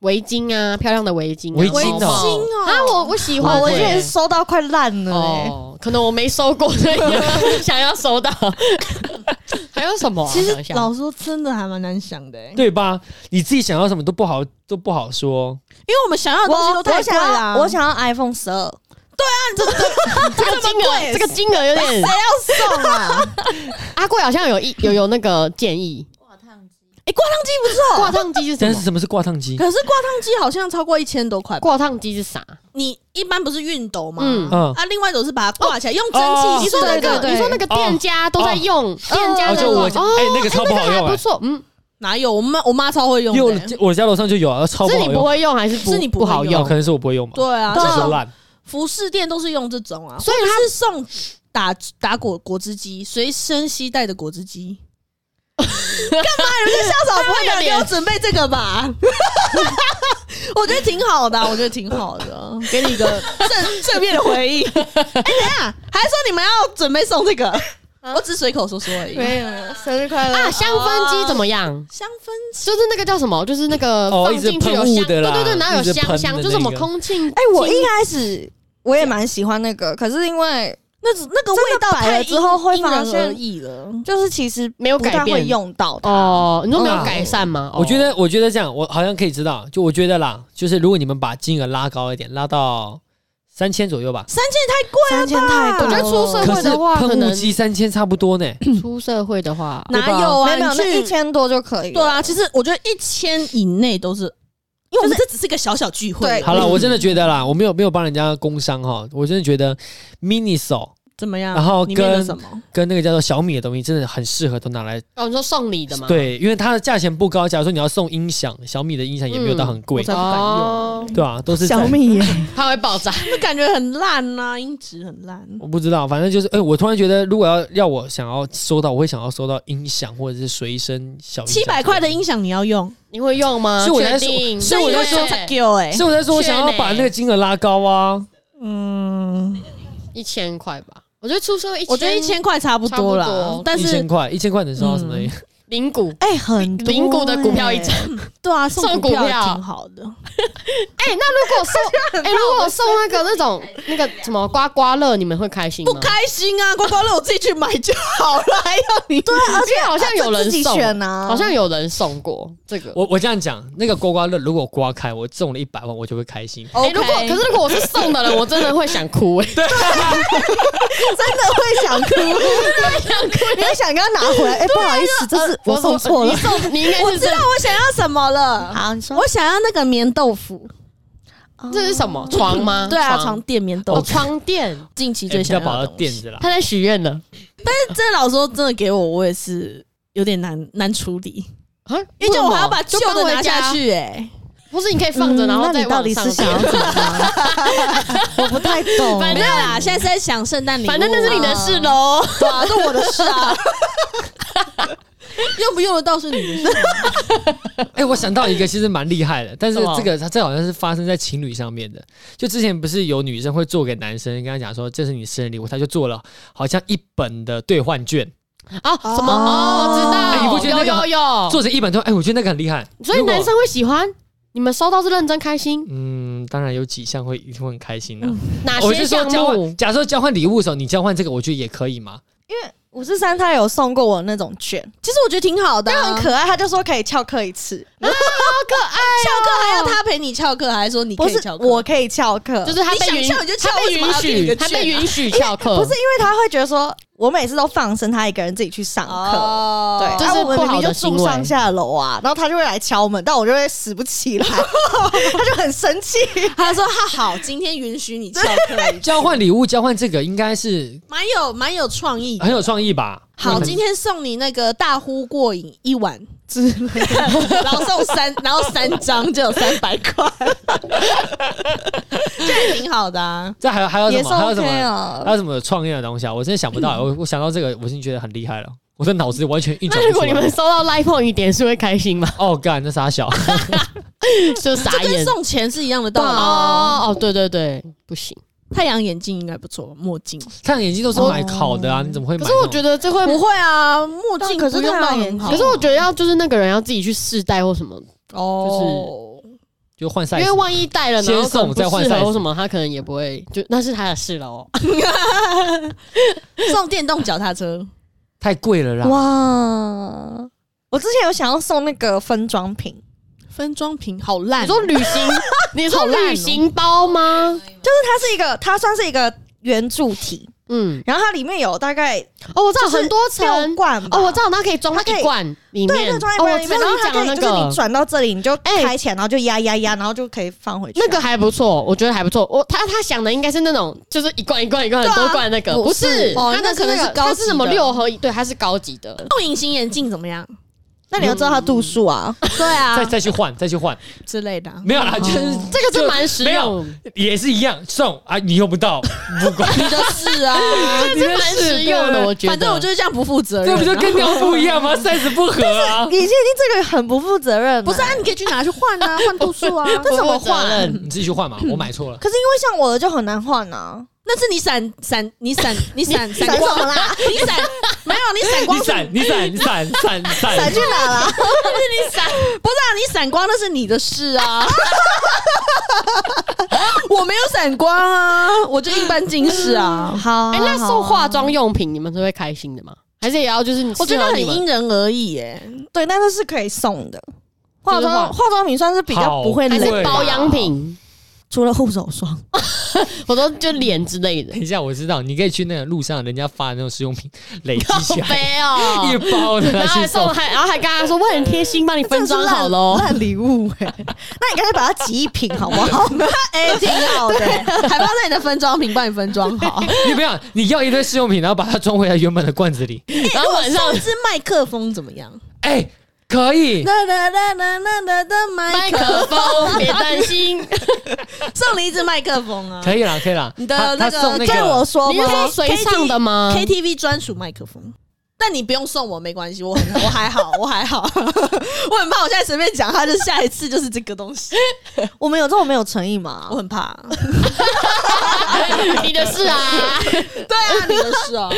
Speaker 4: 围巾啊，漂亮的围巾啊，
Speaker 2: 围巾
Speaker 4: 包
Speaker 2: 哦
Speaker 4: 包
Speaker 5: 围巾哦
Speaker 4: 啊，我我喜欢
Speaker 3: 哇
Speaker 4: 欸，
Speaker 3: 我之前收到快烂了欸。
Speaker 4: 哦，可能我没收过，所以 想要收到。还有什么啊？
Speaker 5: 其实
Speaker 4: 想一下
Speaker 5: 老实说真的还蛮难想的、欸
Speaker 2: 对吧？你自己想要什么都不好，都不好说。
Speaker 5: 因为我们想要的东西
Speaker 3: 我
Speaker 5: 都太啊
Speaker 3: 我
Speaker 5: 贵
Speaker 3: 想
Speaker 5: 啦。
Speaker 3: 要 我想要 iPhone 十二，
Speaker 4: 这个金额，这个金额有点。
Speaker 5: 哎
Speaker 3: 要送啊！
Speaker 4: 阿贵好像有一有有那个建议，
Speaker 5: 哎，挂烫机不错，
Speaker 4: 挂烫机是什
Speaker 2: 但是
Speaker 4: 么？
Speaker 2: 什么是挂烫机？
Speaker 5: 可是挂烫机好像超过一千多块吧。
Speaker 4: 挂烫机是啥？
Speaker 5: 你一般不是熨斗吗？
Speaker 4: 嗯
Speaker 2: 嗯
Speaker 5: 啊，另外一种是把它挂起来，用蒸
Speaker 2: 哦
Speaker 5: 汽
Speaker 4: 你
Speaker 5: 你
Speaker 4: 说
Speaker 5: 说
Speaker 4: 那
Speaker 5: 那
Speaker 4: 个，
Speaker 5: 个，
Speaker 4: 你说那个店家都在用，店家
Speaker 2: 哦，
Speaker 4: 在
Speaker 2: 就我
Speaker 4: 用，
Speaker 2: 家
Speaker 4: 哦，
Speaker 2: 哎，那个超不好
Speaker 4: 还
Speaker 2: 用
Speaker 4: 不
Speaker 2: 哎。
Speaker 4: 错，嗯，
Speaker 5: 哪有？我妈我妈超会用
Speaker 2: 因为
Speaker 5: 的、
Speaker 2: 我的家我家楼上就有啊，超不
Speaker 4: 是
Speaker 2: 好
Speaker 4: 你不
Speaker 2: 用。
Speaker 4: 会用还是不
Speaker 5: 是你不
Speaker 4: 不
Speaker 5: 会
Speaker 4: 好
Speaker 5: 用
Speaker 2: 哦可能是我不会用吧。
Speaker 5: 对啊，
Speaker 2: 这
Speaker 5: 这
Speaker 2: 是
Speaker 5: 种
Speaker 2: 烂。
Speaker 5: 服饰店都是用这种啊，
Speaker 4: 所以
Speaker 5: 或者是送打打果果汁机，随身携带的果汁机。干嘛？你们这校长不会有给我准备这个 吧？我觉得挺好的啊、我觉得挺好的啊、给你一个 正正面的回应。哎、等一下，还说你们要准备送这个？ 我只是随口说说而已。
Speaker 3: 没有，生日快乐
Speaker 4: 啊，香氛机怎么样？
Speaker 5: 呃香氛
Speaker 4: 就是那个叫什么，就是那个
Speaker 2: 哦
Speaker 4: 放进去有
Speaker 2: 一直喷
Speaker 4: 香，
Speaker 2: 雾的
Speaker 4: 对
Speaker 2: 啦
Speaker 4: 对对，哪有
Speaker 2: 一直喷
Speaker 4: 香
Speaker 2: 的
Speaker 4: 香？
Speaker 2: 那个
Speaker 4: 就什么空气？
Speaker 3: 哎，我一开始我也蛮喜欢那个，可是因为
Speaker 5: 那那个味
Speaker 3: 真
Speaker 5: 道
Speaker 3: 的摆
Speaker 5: 太
Speaker 3: 了之后会发现
Speaker 5: 因人而异了。
Speaker 3: 就是其实
Speaker 4: 没有
Speaker 3: 不太
Speaker 4: 改
Speaker 3: 会
Speaker 4: 变
Speaker 3: 用到它。
Speaker 4: 哦，你说没有
Speaker 2: 哦
Speaker 4: 改善吗？哦
Speaker 2: 我觉得，我觉得这样，我好像可以知道。就我觉得啦，就是如果你们把金额拉高一点，拉到三千左右吧。
Speaker 5: 三千太
Speaker 3: 三
Speaker 5: 贵
Speaker 3: 千太贵
Speaker 5: 我
Speaker 4: 觉
Speaker 3: 了，
Speaker 4: 得出社会
Speaker 2: 可是
Speaker 4: 的话可
Speaker 2: 喷雾
Speaker 4: 能
Speaker 2: 机三千差不多呢。
Speaker 4: 出社会的话，
Speaker 5: 哪有啊？
Speaker 3: 没有，
Speaker 5: 你
Speaker 3: 那
Speaker 5: 去
Speaker 3: 一千多就可以。
Speaker 5: 对，啊，其实我觉得一千以内都是，因为我们这只是一个小小聚会。啊
Speaker 3: 对
Speaker 2: 好了，
Speaker 3: 嗯
Speaker 2: 我真的觉得啦，我没有没有帮人家工商哈，我真的觉得 Miniso
Speaker 5: 怎么样？
Speaker 2: 然后
Speaker 5: 里面的
Speaker 2: 跟
Speaker 5: 什么？
Speaker 2: 跟那个叫做小米的东西真的很适合都拿来
Speaker 4: 哦，你说送礼的吗？
Speaker 2: 对，因为它的价钱不高。假如说你要送音响，小米的音响也没有到很贵
Speaker 5: 嗯，才不敢用
Speaker 4: 哦，
Speaker 2: 对啊，都是在
Speaker 3: 小，米
Speaker 4: 它会爆炸。
Speaker 5: 那感觉很烂呐、音质很烂。
Speaker 2: 我不知道，反正就是，哎、我突然觉得，如果要要我想要收到，我会想要收到音响或者是随身小
Speaker 5: 七百块的音
Speaker 2: 响。
Speaker 5: 响你要用，
Speaker 4: 你会用吗？
Speaker 2: 所以我在
Speaker 4: 确定
Speaker 2: 所以我在说
Speaker 5: 才 Q 哎
Speaker 2: 所，以我在说，我想要把那个金额拉高啊。
Speaker 5: 嗯，
Speaker 4: 一千块吧，我觉得出社会一
Speaker 5: 我觉得一千块差不多
Speaker 4: 差不
Speaker 5: 啦
Speaker 4: 多，
Speaker 5: 但
Speaker 2: 一千
Speaker 5: 是嗯
Speaker 2: 块，一千块能收到什么东西？
Speaker 4: 零股，
Speaker 3: 哎、很多
Speaker 4: 零股的股票一张
Speaker 3: 欸，
Speaker 5: 对啊，送
Speaker 4: 送
Speaker 5: 股
Speaker 4: 股
Speaker 5: 票也
Speaker 4: 票
Speaker 5: 挺好的。
Speaker 4: 哎、那如 果送，哎、如果送那个那种那个什么刮刮乐，你们会开心吗？
Speaker 5: 不开心啊！刮刮乐我自己去买就好了，还要你对
Speaker 4: 因为好像有
Speaker 3: 自
Speaker 4: 人
Speaker 3: 己
Speaker 4: 送，
Speaker 3: 选啊，
Speaker 5: 哦
Speaker 4: 好啊像有人送过这个。
Speaker 2: 我我这样讲，那个刮刮乐如果刮开，我中了一百万，我就会开心。
Speaker 4: 哎、
Speaker 5: OK
Speaker 4: 如果可是如果我是送的人，我真的会想哭哎、
Speaker 3: 真的会想 哭， 你会想跟他拿回来。哎、不好意思，这是我送错了
Speaker 4: 你。送你应该
Speaker 5: 我
Speaker 4: 是啊
Speaker 5: 知
Speaker 4: 这
Speaker 5: 道，我想要什么了。
Speaker 3: 好，你说
Speaker 5: 我想要那个棉豆腐，
Speaker 4: 这是什么床吗？
Speaker 5: 对啊，床垫棉豆
Speaker 4: 哦
Speaker 5: 腐，
Speaker 4: 床垫，
Speaker 5: 近期
Speaker 2: 哎
Speaker 5: 最
Speaker 2: 不要
Speaker 5: 想
Speaker 2: 跑
Speaker 5: 要
Speaker 2: 到
Speaker 5: 的东
Speaker 2: 垫
Speaker 5: 西。
Speaker 2: 子啦。
Speaker 4: 他在许愿了
Speaker 5: 这老实说，真的给我，我也是有点难难处理，
Speaker 4: 啊，
Speaker 5: 因为我还要把旧
Speaker 4: 就搬
Speaker 5: 的
Speaker 4: 回
Speaker 5: 拿
Speaker 4: 家
Speaker 5: 下，去。哎，
Speaker 4: 不是你可以放着，然后
Speaker 3: 那
Speaker 4: 再
Speaker 3: 你到
Speaker 4: 往
Speaker 3: 底
Speaker 4: 上
Speaker 3: 是想要怎么样？ 我不太懂。
Speaker 4: 反
Speaker 5: 没
Speaker 4: 正啊
Speaker 5: 有啦，啊现在是在想圣诞礼物啊，
Speaker 4: 反正那是你的事喽。
Speaker 5: 对啊，是我的事啊。用不用得到是你的事，
Speaker 2: 哎、我想到一个其实蛮厉害的，但是
Speaker 4: 什么
Speaker 2: 这个它这好像是发生在情侣上面的。就之前不是有女生会做给男生，跟他讲说这是你生日礼物，他就做了好像一本的兑换券，
Speaker 4: 啊，什么？
Speaker 3: 哦
Speaker 4: 哦，知
Speaker 2: 哎你不觉得
Speaker 4: 道，
Speaker 2: 那个
Speaker 4: 有有有，
Speaker 2: 做成一本兑换。哎、我觉得那个很厉害。
Speaker 4: 哦所以
Speaker 2: 如果
Speaker 4: 男生会喜欢。你们收到是认真开心，
Speaker 2: 嗯，当然有几项会一定会很开心的、啊
Speaker 4: 嗯哪
Speaker 2: 我
Speaker 4: 些
Speaker 2: 是说
Speaker 4: 项
Speaker 2: 交
Speaker 4: 目
Speaker 2: 换，？假设交换礼物的时候，你交换这个，我觉得也可以嘛。
Speaker 3: 五十三他有送过我那种券，
Speaker 5: 其实我觉得挺好的
Speaker 3: 但
Speaker 5: 啊，
Speaker 3: 很可爱。他就说可以翘课一次，
Speaker 5: 翘课还要他陪你翘课，还是说你
Speaker 3: 不
Speaker 5: 可以
Speaker 3: 是
Speaker 5: 翘课？
Speaker 3: 我可以翘课，
Speaker 4: 就是他
Speaker 5: 你
Speaker 4: 被
Speaker 5: 想
Speaker 4: 允
Speaker 5: 翘你就翘
Speaker 4: 他被
Speaker 5: 为什么
Speaker 4: 允
Speaker 5: 要给你
Speaker 4: 许，
Speaker 5: 个
Speaker 4: 他
Speaker 5: 券
Speaker 4: 被
Speaker 5: 啊
Speaker 4: 允许翘课，
Speaker 3: 不是因为他会觉得说，我每次都放生他一个人自己去上课。
Speaker 5: 哦
Speaker 3: 对，
Speaker 4: 这
Speaker 3: 啊
Speaker 4: 是
Speaker 3: 我们
Speaker 4: 不
Speaker 3: 明
Speaker 4: 好
Speaker 3: 明就
Speaker 4: 的行
Speaker 3: 住
Speaker 4: 为
Speaker 3: 上下楼啊，然后他就会来敲门，但我就会死不起来，他就很生气。
Speaker 5: 他说他好，今天允许你翘 课，
Speaker 2: 交换礼物，交换这个应该是
Speaker 5: 蛮有蛮有创意的。
Speaker 2: 很有创意吧？
Speaker 5: 好，
Speaker 2: 嗯
Speaker 5: 今天送你那个大呼过瘾一碗之类的， 然后送三，然后三张就有三百 块，这也挺好的啊。
Speaker 2: 这还有还有什
Speaker 3: 也是
Speaker 2: 么？还有什
Speaker 3: OK
Speaker 2: 么？还
Speaker 3: 啊。
Speaker 2: 有什么有创业的东西啊？我真的想不到、 我我想到这个，我已经觉得很厉害了。我的脑子完全运转
Speaker 4: 那如
Speaker 2: 不出
Speaker 4: 果你们
Speaker 2: 来。
Speaker 4: 收到 l i p o n 一点是会开心 吗？
Speaker 2: 哦，干，那傻小，
Speaker 4: 就傻
Speaker 5: 跟
Speaker 4: 眼。
Speaker 5: 送钱是一样的道
Speaker 4: 哦
Speaker 5: 理啊。
Speaker 4: 哦哦，对对对，不行。
Speaker 5: 太阳眼镜应该不错，墨镜
Speaker 2: 看眼睛都是买好的啊，你怎么会买
Speaker 4: 哦可
Speaker 2: 那
Speaker 4: 是
Speaker 2: 种？
Speaker 4: 我觉得这会，
Speaker 5: 不会啊，墨
Speaker 3: 但
Speaker 5: 镜
Speaker 3: 可是
Speaker 5: 不用
Speaker 3: 太
Speaker 5: 到
Speaker 3: 阳眼
Speaker 5: 很好。
Speaker 4: 可是我觉得要就是那个人要自己去试戴或什么，
Speaker 5: 哦，
Speaker 2: 就换赛
Speaker 4: 因
Speaker 2: 事
Speaker 4: 为，万一戴了然
Speaker 2: 先
Speaker 4: 后
Speaker 2: 送
Speaker 4: 可能不
Speaker 2: 再换
Speaker 4: 适合
Speaker 2: size
Speaker 4: 或什么，他可能也不会就那是他的事了哦。
Speaker 5: 送电动脚踏车，
Speaker 2: 太贵了啦。
Speaker 3: 哇！我之前有想要送那个分装瓶，
Speaker 5: 分装瓶好烂哦。
Speaker 4: 你说旅行，你说
Speaker 5: 好烂哦
Speaker 4: 旅行包吗？
Speaker 3: 它是一个，它算是一个圆柱体，
Speaker 4: 嗯，
Speaker 3: 然后它里面有大概
Speaker 4: 哦，我知道
Speaker 3: 就是
Speaker 4: 很多层。
Speaker 3: 六罐吧
Speaker 4: 哦，我知道，那可以装
Speaker 3: 它可以
Speaker 4: 一罐里
Speaker 3: 对，
Speaker 4: 面。
Speaker 3: 就装在
Speaker 4: 哦，
Speaker 3: 包
Speaker 4: 我
Speaker 3: 里
Speaker 4: 知
Speaker 3: 面，
Speaker 4: 道
Speaker 3: 然后
Speaker 4: 你
Speaker 3: 它
Speaker 4: 讲
Speaker 3: 可
Speaker 4: 的
Speaker 3: 以
Speaker 4: 那
Speaker 3: 就是你
Speaker 4: 个，
Speaker 3: 转到这里，你就
Speaker 4: 哎
Speaker 3: 开起来，然后就压压压，然后就可以放回去啊。
Speaker 4: 那个还不错，我觉得还不错。我他他想的应该是那种，就是一罐一罐一罐
Speaker 5: 对
Speaker 4: 很
Speaker 5: 啊
Speaker 4: 多罐那个，
Speaker 5: 不
Speaker 4: 不
Speaker 5: 是
Speaker 4: 是？
Speaker 5: 哦
Speaker 4: 他
Speaker 5: 那可能
Speaker 4: 是
Speaker 5: 是高
Speaker 4: 它
Speaker 5: 级
Speaker 4: 是什么
Speaker 5: 的
Speaker 4: 六合一？对，它是高级的。
Speaker 5: 透隐形眼镜怎么样？
Speaker 3: 那你要知道它度数啊，
Speaker 5: 对啊
Speaker 2: 再再去换，再去换，
Speaker 5: 之类的啊。
Speaker 2: 没有啦，就是
Speaker 4: 这个
Speaker 2: 就
Speaker 4: 就蛮实
Speaker 2: 没有
Speaker 4: 用，
Speaker 2: 也是一样送啊，你用不 到，不管，
Speaker 5: 你就是啊，
Speaker 4: 这个蛮实用 的，我觉得。
Speaker 5: 反正我就是这样不负责任
Speaker 2: 这
Speaker 5: 啊。
Speaker 2: 不就跟 尿布一样吗？size 不合啊
Speaker 3: 你，已经这个很不负责任了。
Speaker 5: 不是啊？你可以去拿去换啊，换度 数啊。
Speaker 4: 不
Speaker 5: 这怎么
Speaker 4: 负责
Speaker 5: 换？
Speaker 4: 任
Speaker 2: 你自己去 换嘛，我买错了。
Speaker 3: 可是因为像我的就很难换啊，
Speaker 5: 那是你闪闪，你闪，你闪
Speaker 3: 闪什
Speaker 5: 闪光
Speaker 3: 么，啦？
Speaker 5: 你闪没有，你闪光
Speaker 2: 你
Speaker 5: 是，
Speaker 4: 哎
Speaker 2: 闪，你闪，你闪， 闪
Speaker 3: 闪
Speaker 2: 闪
Speaker 3: 去，哪 啦？
Speaker 5: 你闪不是啊？你闪光那是你的事啊。我没有闪光啊，我就一般近视 啊。
Speaker 3: 好，
Speaker 4: 哎，那
Speaker 3: 好
Speaker 4: 送化妆用品，你们是会开心的吗？还是也要就是你？
Speaker 5: 我觉得
Speaker 4: 适合
Speaker 5: 很
Speaker 4: 你们
Speaker 5: 因人而异耶。
Speaker 3: 啊对，那都是可以送的。化
Speaker 4: 就是化
Speaker 3: 妆化妆品算是比较不会
Speaker 4: 还
Speaker 2: 啊
Speaker 4: 是
Speaker 3: 累，
Speaker 4: 保养品，
Speaker 3: 除了护手霜。
Speaker 4: 我都就脸之类的
Speaker 2: 等。一下，我知道，你可以去那个路上人家发的那种试用品累积 起来，
Speaker 4: 没有，
Speaker 2: 一包的
Speaker 4: 然后
Speaker 2: 去
Speaker 4: 还送，
Speaker 2: 送。
Speaker 4: 还然后还跟他说我很贴心，帮你分装好 喽。
Speaker 3: 烂礼 物哎、那你干脆把它集一瓶好不 好？
Speaker 5: 哎，挺好的，还放在你的分装瓶，帮你分装 好。
Speaker 3: 哎
Speaker 2: 你不要，你要一堆试用品，然后把它装回来原本的罐子里。
Speaker 4: 然后
Speaker 3: 哎
Speaker 4: 晚上
Speaker 5: 一支麦克风怎么样？
Speaker 2: 哎、可以，
Speaker 5: 哒哒哒哒哒哒哒，麦
Speaker 4: 麦
Speaker 5: 克
Speaker 4: 克风，别担心。
Speaker 5: 送你一支麦克风啊。
Speaker 2: 可以啦，可以啦。
Speaker 5: 你的
Speaker 2: 他
Speaker 5: 那
Speaker 2: 他
Speaker 5: 个
Speaker 2: 送那
Speaker 3: 对我
Speaker 2: 个，
Speaker 3: 说
Speaker 4: 你是
Speaker 3: 吗
Speaker 5: 嗯
Speaker 4: 说？谁唱的吗？
Speaker 5: KTV 专属麦克风，但你不用送我没关系，我很 我还好，我还好， 我很怕我现在随便讲，他就下一次就是这个东西，
Speaker 3: 我们有这种没有诚意吗
Speaker 5: 我？很怕。
Speaker 4: 你的事啊，
Speaker 5: 对啊，你的事 啊，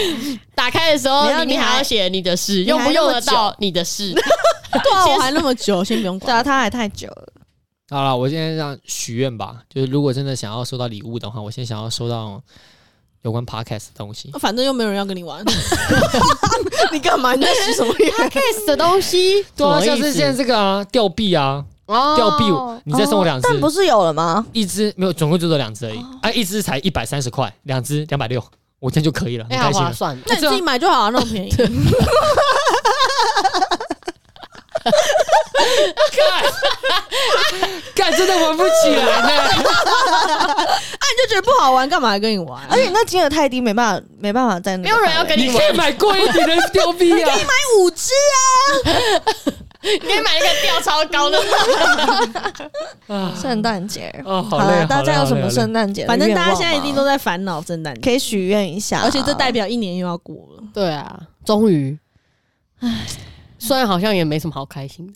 Speaker 4: 打开的时候
Speaker 3: 没有
Speaker 4: 里
Speaker 3: 你
Speaker 4: 面
Speaker 3: 还
Speaker 4: 还要写你的事，
Speaker 3: 你还
Speaker 4: 用不用得
Speaker 3: 那么
Speaker 4: 到你的 事。
Speaker 5: 对啊，我还那么久，先不用
Speaker 3: 对
Speaker 5: 管。
Speaker 3: 啊，他还太久了。
Speaker 2: 好了，我现在让许愿吧，就是如果真的想要收到礼物的话，我先想要收到有关 podcast 的东西。
Speaker 5: 啊反正又没有人要跟你玩， 你干嘛？你在许什么愿？
Speaker 4: podcast 的东西，
Speaker 2: 对啊，像
Speaker 4: 什么
Speaker 2: 是
Speaker 4: 意思
Speaker 2: 现在这个啊，吊臂啊，
Speaker 4: 哦
Speaker 2: 吊臂，你再送我两只，
Speaker 3: 但不是有了吗？
Speaker 2: 一只没有，总共就只有两只而已。啊，一只才一百三十块，两只两百六，我这样就可以了，很
Speaker 4: 哎，
Speaker 2: 开
Speaker 4: 好
Speaker 2: 心啊
Speaker 4: 划
Speaker 2: 了。
Speaker 4: 算。
Speaker 5: 那你自己买就好 啊，那么便宜。
Speaker 2: 干，真的玩不起来呢。
Speaker 5: 啊，你就觉得不好玩，干嘛还跟你玩？
Speaker 3: 而且那金额太低，没办法，没办法在那个哎
Speaker 4: 没有人要跟
Speaker 2: 你
Speaker 4: 你
Speaker 2: 可
Speaker 4: 玩
Speaker 2: 以，买贵一点的吊臂啊，
Speaker 5: 买五只啊，
Speaker 4: 你可以买一个吊超高的。
Speaker 3: 圣诞节。
Speaker 2: 哦，好
Speaker 3: 好
Speaker 2: 累
Speaker 3: 了，
Speaker 2: 啊，
Speaker 3: 大家有什么
Speaker 2: 声？
Speaker 3: 圣诞节的
Speaker 5: 反正
Speaker 3: 愿望
Speaker 5: 大
Speaker 3: 吗？
Speaker 5: 家现在一定都在烦恼圣诞
Speaker 3: 可
Speaker 5: 节，
Speaker 3: 以许愿一下，
Speaker 5: 而且这代表一年又要过了。
Speaker 4: 对啊，终于，唉，虽然好像也没什么好开心的，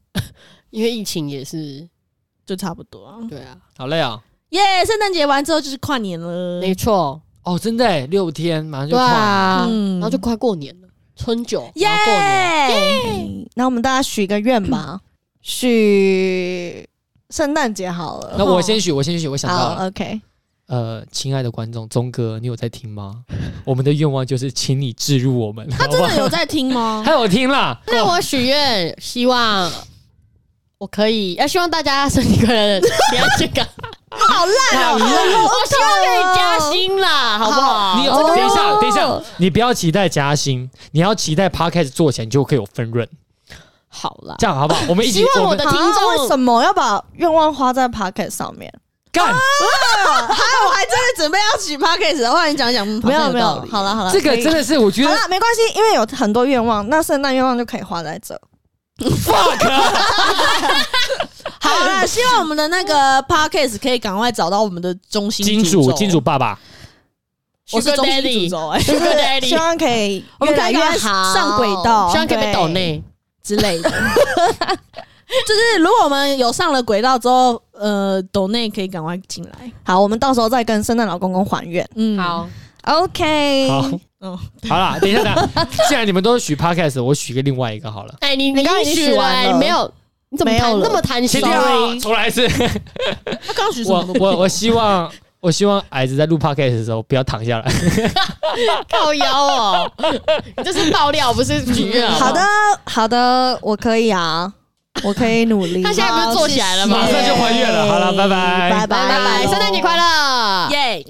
Speaker 4: 因为疫情也是，
Speaker 5: 就差不多啊，
Speaker 4: 对啊，
Speaker 2: 好累啊！
Speaker 5: 耶！圣诞节完之后就是跨年了，
Speaker 4: 没错，
Speaker 2: 哦，真的耶，六天马上就
Speaker 4: 对
Speaker 2: 快了。
Speaker 4: 啊，
Speaker 5: 嗯
Speaker 4: 然后就快过年了，春酒，
Speaker 5: 耶
Speaker 4: 然后过年，！
Speaker 3: 嗯那我们大家许一个愿吧，许圣诞节好了。
Speaker 2: 那我先许，我先许，我想到了。
Speaker 3: 哦好，OK，
Speaker 2: 呃，亲爱的观众，钟哥，你有在听吗？我们的愿望就是请你置入我们，
Speaker 5: 他
Speaker 2: 好
Speaker 5: 真
Speaker 2: 不
Speaker 5: 的
Speaker 2: 好？
Speaker 5: 有在听吗
Speaker 2: 他？有听啦，
Speaker 4: 那我许愿，希望我可以，啊，希望大家身体快乐，不要这个，
Speaker 3: 好烂
Speaker 2: 好
Speaker 3: 哦，
Speaker 2: 烂
Speaker 4: 我希望可以加薪啦，好不好？
Speaker 2: 你有
Speaker 3: 哦
Speaker 2: 等一下，等一下，你不要期待加薪，你要期待 podcast 做起来你就可以有分润，
Speaker 4: 好啦，
Speaker 2: 这样好不好？我们一起，
Speaker 4: 希望我
Speaker 2: 们
Speaker 4: 的听众
Speaker 3: 啊为什么要把愿望花在 Pocket 上面？
Speaker 2: 干
Speaker 5: 我还真的准备要起 podcast，的话你讲一讲，嗯
Speaker 3: 没
Speaker 5: 好
Speaker 3: 有
Speaker 5: 像
Speaker 3: 没
Speaker 5: 道
Speaker 3: 有
Speaker 5: 理，
Speaker 3: 好了好了，
Speaker 2: 这个
Speaker 3: 可以
Speaker 2: 真的是我觉
Speaker 3: 好
Speaker 2: 得
Speaker 3: 了，没关系，因为有很多愿望，那圣诞愿望就可以花在这。
Speaker 2: fuck，
Speaker 5: 好啦，希望我们的那个 podcast 可以赶快找到我们的中心
Speaker 2: 金
Speaker 5: 主
Speaker 2: 主
Speaker 5: 轴
Speaker 2: 金主，爸爸，
Speaker 5: 我是
Speaker 4: Sugar
Speaker 5: 中心
Speaker 4: Daddy
Speaker 5: 主轴哎，
Speaker 3: 就是
Speaker 4: Sugar Daddy
Speaker 3: 希望可以
Speaker 5: 我们
Speaker 3: 越
Speaker 5: 可
Speaker 3: 来
Speaker 5: 以
Speaker 3: 越
Speaker 5: 赶快
Speaker 3: 好，
Speaker 5: 上轨道
Speaker 4: 希望可以被
Speaker 3: 对
Speaker 4: 抖内，
Speaker 5: 之类的。 就是如果我们有上了轨道之后，呃，抖内可以赶快进来。
Speaker 3: 好，我们到时候再跟圣诞老公公还愿。
Speaker 5: 嗯，，
Speaker 4: 好，
Speaker 3: OK，
Speaker 2: 好
Speaker 5: 嗯，
Speaker 2: 好啦，等一下，等一下， 既然你们都许 podcast，我许个另外一个好了。
Speaker 4: 哎，你
Speaker 3: 你刚刚
Speaker 4: 已
Speaker 3: 已经
Speaker 4: 许
Speaker 3: 许完
Speaker 4: 了，
Speaker 3: 了
Speaker 4: 你没有，你怎么
Speaker 3: 没有
Speaker 4: 贪
Speaker 3: 了
Speaker 4: 那么贪
Speaker 2: 先？
Speaker 4: 心
Speaker 2: 掉，重来一次。
Speaker 5: 他刚许什么
Speaker 2: 我
Speaker 5: 都不
Speaker 2: 我我希望，我希望矮子在录 podcast 的时候不要躺下来。
Speaker 4: 靠腰哦，你这是爆料，不是许愿。
Speaker 3: 好的，好的，我可以啊，我可以努力。
Speaker 4: 他现在不是坐起来了吗
Speaker 5: 好
Speaker 2: 马
Speaker 5: 谢谢
Speaker 2: 上就还愿了。好了，拜拜。
Speaker 3: 拜
Speaker 4: 拜拜，圣诞节快乐！
Speaker 5: 耶。